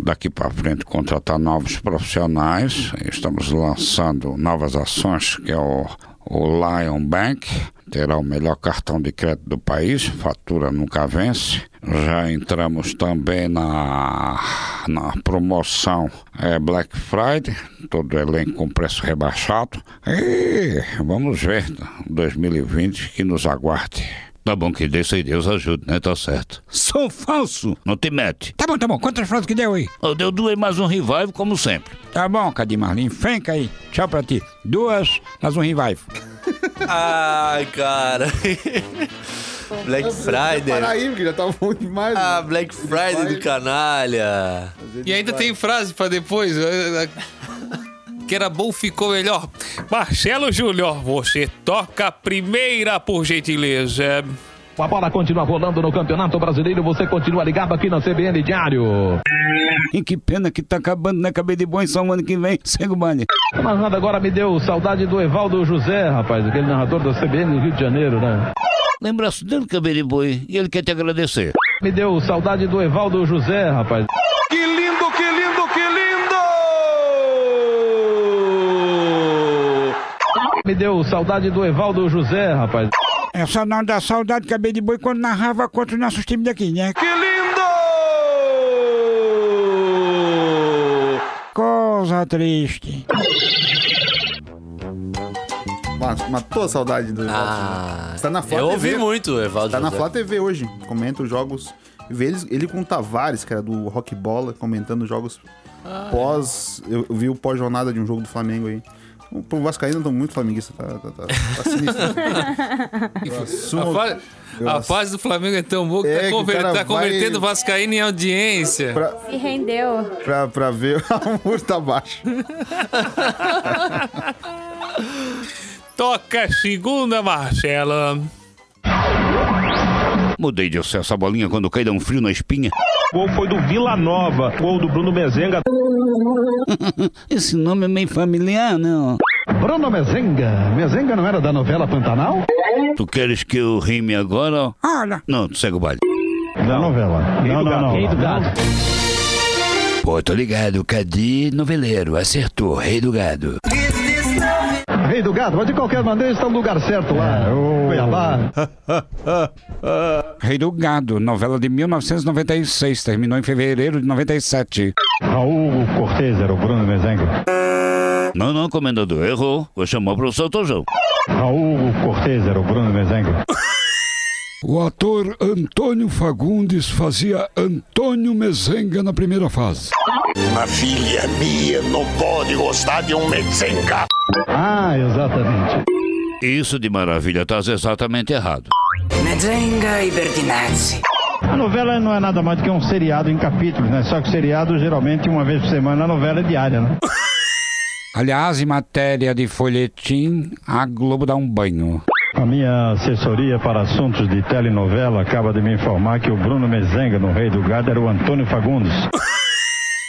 Speaker 11: daqui para frente contratar novos profissionais, estamos lançando novas ações que é o, o Lion Bank. Terá o melhor cartão de crédito do país, fatura nunca vence. Já entramos também na, na promoção eh, Black Friday, todo elenco com preço rebaixado. E vamos ver 2020 que nos aguarde.
Speaker 13: Tá bom, que desse aí Deus ajude, né? Tá certo.
Speaker 11: Sou falso!
Speaker 13: Não te mete.
Speaker 11: Tá bom, tá bom. Quantas frases que deu aí?
Speaker 13: Eu deu duas mais um revive, como sempre.
Speaker 11: Tá bom, Cadim Marlin. Fenca aí. Tchau pra ti. Duas, mais um revive.
Speaker 1: Ai, cara. Black Friday.
Speaker 3: Para aí, porque já tava bom demais. né?
Speaker 1: Ah, Black Friday do canalha.
Speaker 4: E ainda tem frase pra depois. Que era bom ficou melhor. Marcelo Júnior, você toca a primeira, por gentileza.
Speaker 8: A bola continua rolando no Campeonato Brasileiro. Você continua ligado aqui na CBN Diário.
Speaker 12: E que pena que tá acabando, né? Acabei de bom e só um ano que vem. Segue o baile.
Speaker 8: Mas nada agora me deu saudade do Evaldo José, rapaz, aquele narrador da CBN do Rio de Janeiro, né?
Speaker 13: Lembrança dele, Caberiboi, e ele quer te agradecer.
Speaker 8: Me deu saudade do Evaldo José, rapaz.
Speaker 14: Que lindo, que lindo, que lindo!
Speaker 8: Me deu saudade do Evaldo José, rapaz.
Speaker 11: É só não dar saudade que a Baby Boi quando narrava contra os nossos times daqui, né?
Speaker 14: Que lindo!
Speaker 11: Coisa triste.
Speaker 3: Mas- Matou a saudade do
Speaker 1: Ah,
Speaker 3: Você tá na Flá
Speaker 1: eu
Speaker 3: TV.
Speaker 1: ouvi muito, Evaldo.
Speaker 3: Tá na
Speaker 1: José.
Speaker 3: Flá TV hoje. Comenta os jogos. Vê eles, ele com o Tavares, cara, do Rock Bola, comentando os jogos
Speaker 1: Ah, é.
Speaker 3: pós. Eu, eu vi o pós-jornada de um jogo do Flamengo aí. O povo Vascaíno tá muito flamenguista, tá, tá, tá, tá sinistro. Eu
Speaker 4: A,
Speaker 3: assumo-
Speaker 4: fa-
Speaker 3: eu
Speaker 4: a
Speaker 3: ass-
Speaker 4: fase do Flamengo é tão boa que
Speaker 3: É,
Speaker 4: tá,
Speaker 3: que o
Speaker 4: conver-
Speaker 3: cara
Speaker 4: tá convertendo
Speaker 3: vai-
Speaker 4: Vascaíno em audiência.
Speaker 5: Se rendeu.
Speaker 3: pra, pra ver, o muro tá baixo.
Speaker 4: Toca a segunda, Marcela.
Speaker 13: Mudei de acesso a bolinha quando cai dá um frio na espinha.
Speaker 12: Gol foi do Vila Nova. Gol do Bruno Mezenga. Esse nome é meio familiar, né? não?
Speaker 8: Bruno Mezenga. Mezenga não era da novela Pantanal?
Speaker 13: Tu queres que eu rime agora?
Speaker 11: Olha.
Speaker 13: Não, tu segue o baile.
Speaker 8: Da novela. Não, não, não.
Speaker 13: Pô, tô ligado, Cadi noveleiro, acertou, rei do gado.
Speaker 8: Rei do Gado, mas de qualquer maneira está no lugar certo lá.
Speaker 12: É,
Speaker 8: Cuiabá.
Speaker 11: Rei do Gado, novela de 1996, terminou em fevereiro de 97.
Speaker 8: Raul Cortez era o Bruno Mezenga.
Speaker 13: Não, não, comendador, errou. Vou chamar o professor Tojão.
Speaker 8: Raul Cortez era o Bruno Mezenga.
Speaker 15: O ator Antônio Fagundes fazia Antônio Mezenga na primeira fase.
Speaker 16: Uma filha minha não pode gostar de um mezenga.
Speaker 8: Ah, exatamente.
Speaker 13: Isso de maravilha, tá exatamente errado.
Speaker 17: Mezenga e Bertinazzi.
Speaker 8: A novela não é nada mais do que um seriado em capítulos, né? Só que o seriado geralmente uma vez por semana a novela é diária, né?
Speaker 11: Aliás, em matéria de folhetim, a Globo dá um banho.
Speaker 8: A minha assessoria para assuntos de telenovela acaba de me informar que o Bruno Mezenga no Rei do Gado era o Antônio Fagundes.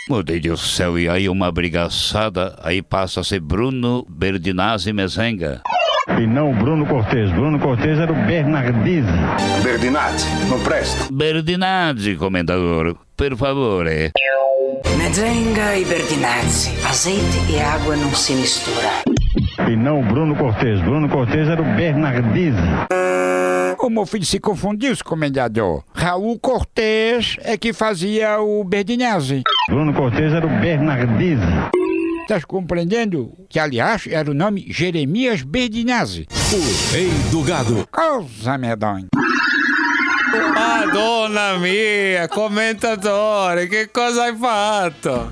Speaker 13: Meu Deus do céu, e aí uma brigaçada, aí passa a ser Bruno Berdinazzi Mezenga.
Speaker 8: E não o Bruno Cortez. Bruno Cortez era o Bernardizzi.
Speaker 16: Berdinazzi, não presta.
Speaker 13: Berdinazzi, comendador, por favor.
Speaker 18: Mezenga e Bertinazzi. Azeite e água não se misturam.
Speaker 19: E não o Bruno Cortez. Bruno Cortez era o Bernardizzi.
Speaker 11: Ô meu filho se confundiu, seu comendador. Raul Cortez é que fazia o Berdinazzi.
Speaker 19: Bruno Cortez era o Bernardizzi.
Speaker 11: Estás Tá compreendendo? Que aliás era o nome Jeremias Berdinazzi.
Speaker 20: O Rei do Gado.
Speaker 11: Causa medonha.
Speaker 4: Madonna mia, commentatore, che cosa hai fatto?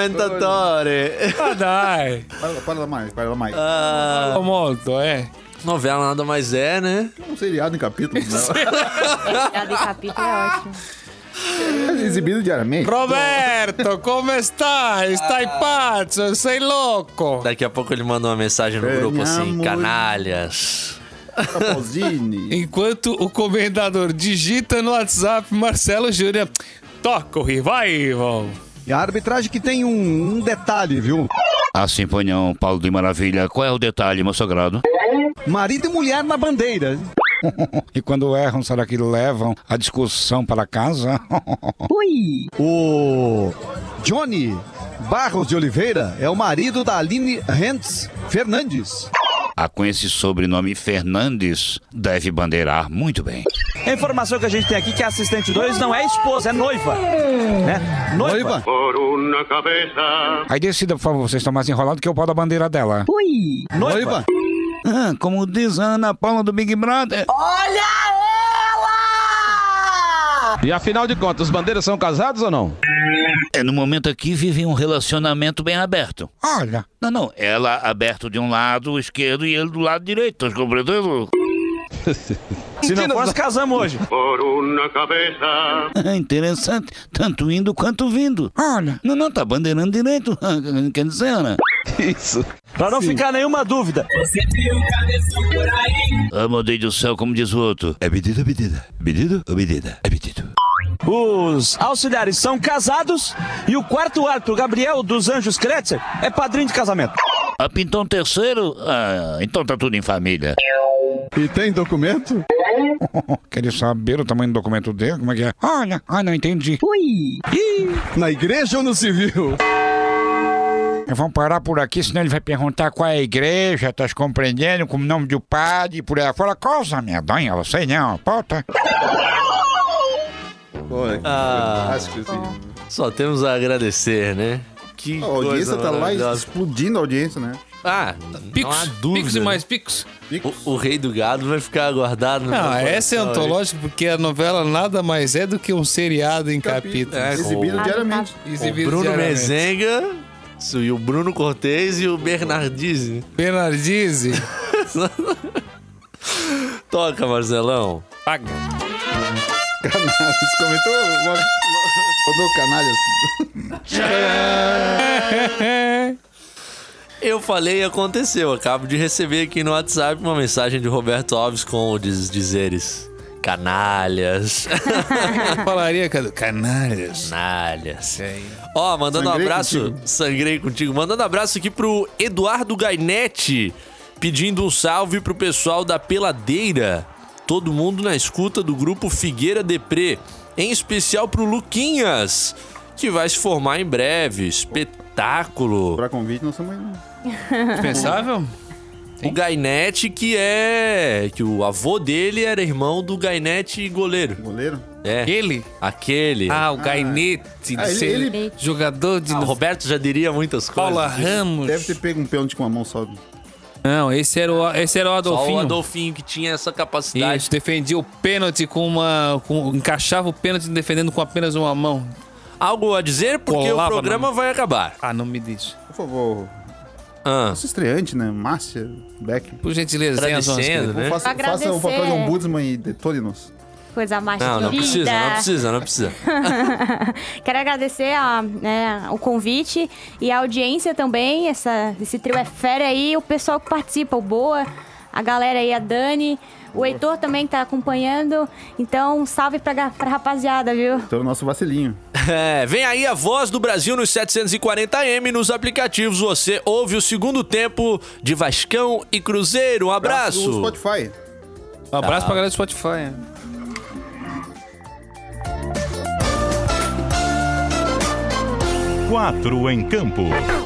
Speaker 1: Commentatore.
Speaker 4: Ma dai.
Speaker 3: Parla, parla mais, parla mais.
Speaker 1: Ah.
Speaker 4: Molto, eh.
Speaker 1: Novela nada mais é, né?
Speaker 3: Um seriado em capítulos.
Speaker 5: A de capítulo é ótimo.
Speaker 3: né? Exibido diariamente.
Speaker 4: Roberto, come stai? Stai pazzo, sei louco.
Speaker 1: Daqui a pouco ele manda uma mensagem
Speaker 3: É,
Speaker 1: no grupo assim:
Speaker 4: Ganhamos.
Speaker 1: canalhas.
Speaker 4: Enquanto o comendador digita no WhatsApp, Marcelo Júnior toca o Rivaival.
Speaker 21: E a arbitragem que tem um, um detalhe, viu?
Speaker 22: Ah, Simpanhão, Paulo de Maravilha, qual é o detalhe, meu sagrado?
Speaker 21: Marido e mulher na bandeira.
Speaker 11: e quando erram, será que levam a discussão para casa?
Speaker 21: Ui! O Johnny Barros de Oliveira é o marido da Aline Rentz Fernandes.
Speaker 22: Ah, com esse sobrenome Fernandes, deve bandeirar muito bem.
Speaker 8: A informação que a gente tem aqui é que a assistente 2 não é esposa, é noiva. Né? Noiva.
Speaker 11: Aí decida, por favor, vocês estão mais enrolados que o pau da bandeira dela.
Speaker 8: Ui. Noiva.
Speaker 22: Ah, como diz a Ana Paula do Big Brother.
Speaker 7: E afinal de contas, os bandeiras são casados ou não?
Speaker 22: É, no momento aqui vivem um relacionamento bem aberto.
Speaker 11: Olha.
Speaker 22: Não, não, ela aberto de um lado esquerdo e ele do lado direito, tá compreendendo?
Speaker 8: Se não for, nós casamos hoje.
Speaker 22: Ah, interessante, tanto indo quanto vindo.
Speaker 11: Olha.
Speaker 22: Não, não, tá bandeirando direito, quer dizer, Ana? Isso.
Speaker 8: Pra não ficar nenhuma dúvida.
Speaker 22: Ah, meu Deus do céu, como diz o outro. É pedido, é pedido. Pedido ou medida? É pedido.
Speaker 8: Os auxiliares são casados e o quarto árbitro, Gabriel dos Anjos Kretzer, é padrinho de casamento.
Speaker 22: Ah, pintou um terceiro? Ah, então tá tudo em família.
Speaker 11: E tem documento? Queria saber o tamanho do documento dele, como é que é? Olha, ah, não entendi.
Speaker 8: Ui.
Speaker 11: Na igreja ou no civil? Vamos parar por aqui, senão ele vai perguntar qual é a igreja, tá se compreendendo, com o nome do padre, por aí afora. Coisa medonha, você não, né, pauta.
Speaker 3: Pô, é
Speaker 1: Ah.
Speaker 3: fantástico, assim.
Speaker 1: Só temos a agradecer, né? Que
Speaker 3: A audiência
Speaker 1: coisa
Speaker 3: tá lá
Speaker 1: maravilhosa.
Speaker 3: explodindo a audiência, né?
Speaker 1: Ah, não há dúvida. né?
Speaker 4: Pix e mais pix.
Speaker 1: O, o rei do gado vai ficar aguardado. no
Speaker 4: Não,
Speaker 1: meu
Speaker 4: essa é
Speaker 1: coração, hein?
Speaker 4: antológica porque a novela nada mais é do que um seriado em capítulos.
Speaker 1: É, com-
Speaker 3: Exibido diariamente.
Speaker 1: O
Speaker 4: Exibido
Speaker 1: Bruno
Speaker 4: diariamente.
Speaker 1: Mezenga, su- e o Bruno Cortez e o Bernardizzi.
Speaker 4: Bernardizzi?
Speaker 1: Toca, Marcelão.
Speaker 4: Paga.
Speaker 3: Canalhas. Comentou. uma- uma- Rodou canalhas.
Speaker 1: Eu falei e aconteceu. Acabo de receber aqui no WhatsApp uma mensagem de Roberto Alves com os dizeres. Canalhas.
Speaker 4: Falaria, cara, canalhas.
Speaker 1: Canalhas. Ó, mandando
Speaker 4: Sangrei
Speaker 1: um abraço.
Speaker 4: contigo.
Speaker 1: Sangrei contigo. Mandando um abraço aqui pro Eduardo Gainetti, pedindo um salve pro pessoal da Peladeira. Todo mundo na escuta do grupo Figueira Deprê. Em especial pro Luquinhas, que vai se formar em breve. Espetáculo.
Speaker 3: Pra convite, não somos. né?
Speaker 4: Dispensável?
Speaker 1: O Gainete, que é. que o avô dele era irmão do Gainete goleiro.
Speaker 3: Goleiro?
Speaker 1: É.
Speaker 4: Aquele?
Speaker 1: Aquele.
Speaker 4: Ah, o Gainete,
Speaker 3: Ah, ele-
Speaker 4: ser
Speaker 3: ele-
Speaker 4: jogador de.
Speaker 1: Ah, Roberto já diria muitas coisas.
Speaker 4: Paula Ramos.
Speaker 3: Deve ter pego um pênalti com a mão só.
Speaker 4: Não, esse era o, esse era o
Speaker 1: Só o
Speaker 4: Adolfinho.
Speaker 1: Adolfinho que tinha essa capacidade.
Speaker 4: Isso, defendia o pênalti com uma. Com, encaixava o pênalti defendendo com apenas uma mão.
Speaker 1: Algo a dizer? Porque
Speaker 4: Colava
Speaker 1: o programa vai acabar.
Speaker 4: Ah, não me diz.
Speaker 3: Por favor.
Speaker 1: Ah.
Speaker 3: Esse estreante, né? Márcia Beck.
Speaker 4: Por gentileza, sem as zonas,
Speaker 1: Agradecendo,
Speaker 4: querido.
Speaker 1: né?
Speaker 3: Faça,
Speaker 5: Agradecer.
Speaker 3: faça o papel de ombudsman e detone-nos.
Speaker 5: Coisa mais
Speaker 1: Não, não
Speaker 5: querida.
Speaker 1: precisa, não precisa, não precisa.
Speaker 5: Quero agradecer a, né, o convite e a audiência também. Essa, esse trio é fera aí, o pessoal que participa, o Boa, a galera aí, a Dani, o Heitor também que tá acompanhando. Então, um salve pra, ga- pra rapaziada, viu?
Speaker 3: Então é o nosso vacilinho.
Speaker 1: É, vem aí a voz do Brasil nos 740m nos aplicativos. Você ouve o segundo tempo de Vascão e Cruzeiro. Um
Speaker 3: Do
Speaker 1: abraço.
Speaker 3: Spotify.
Speaker 4: Um abraço
Speaker 1: Tá.
Speaker 4: pra galera do Spotify. é.
Speaker 2: Quatro em campo.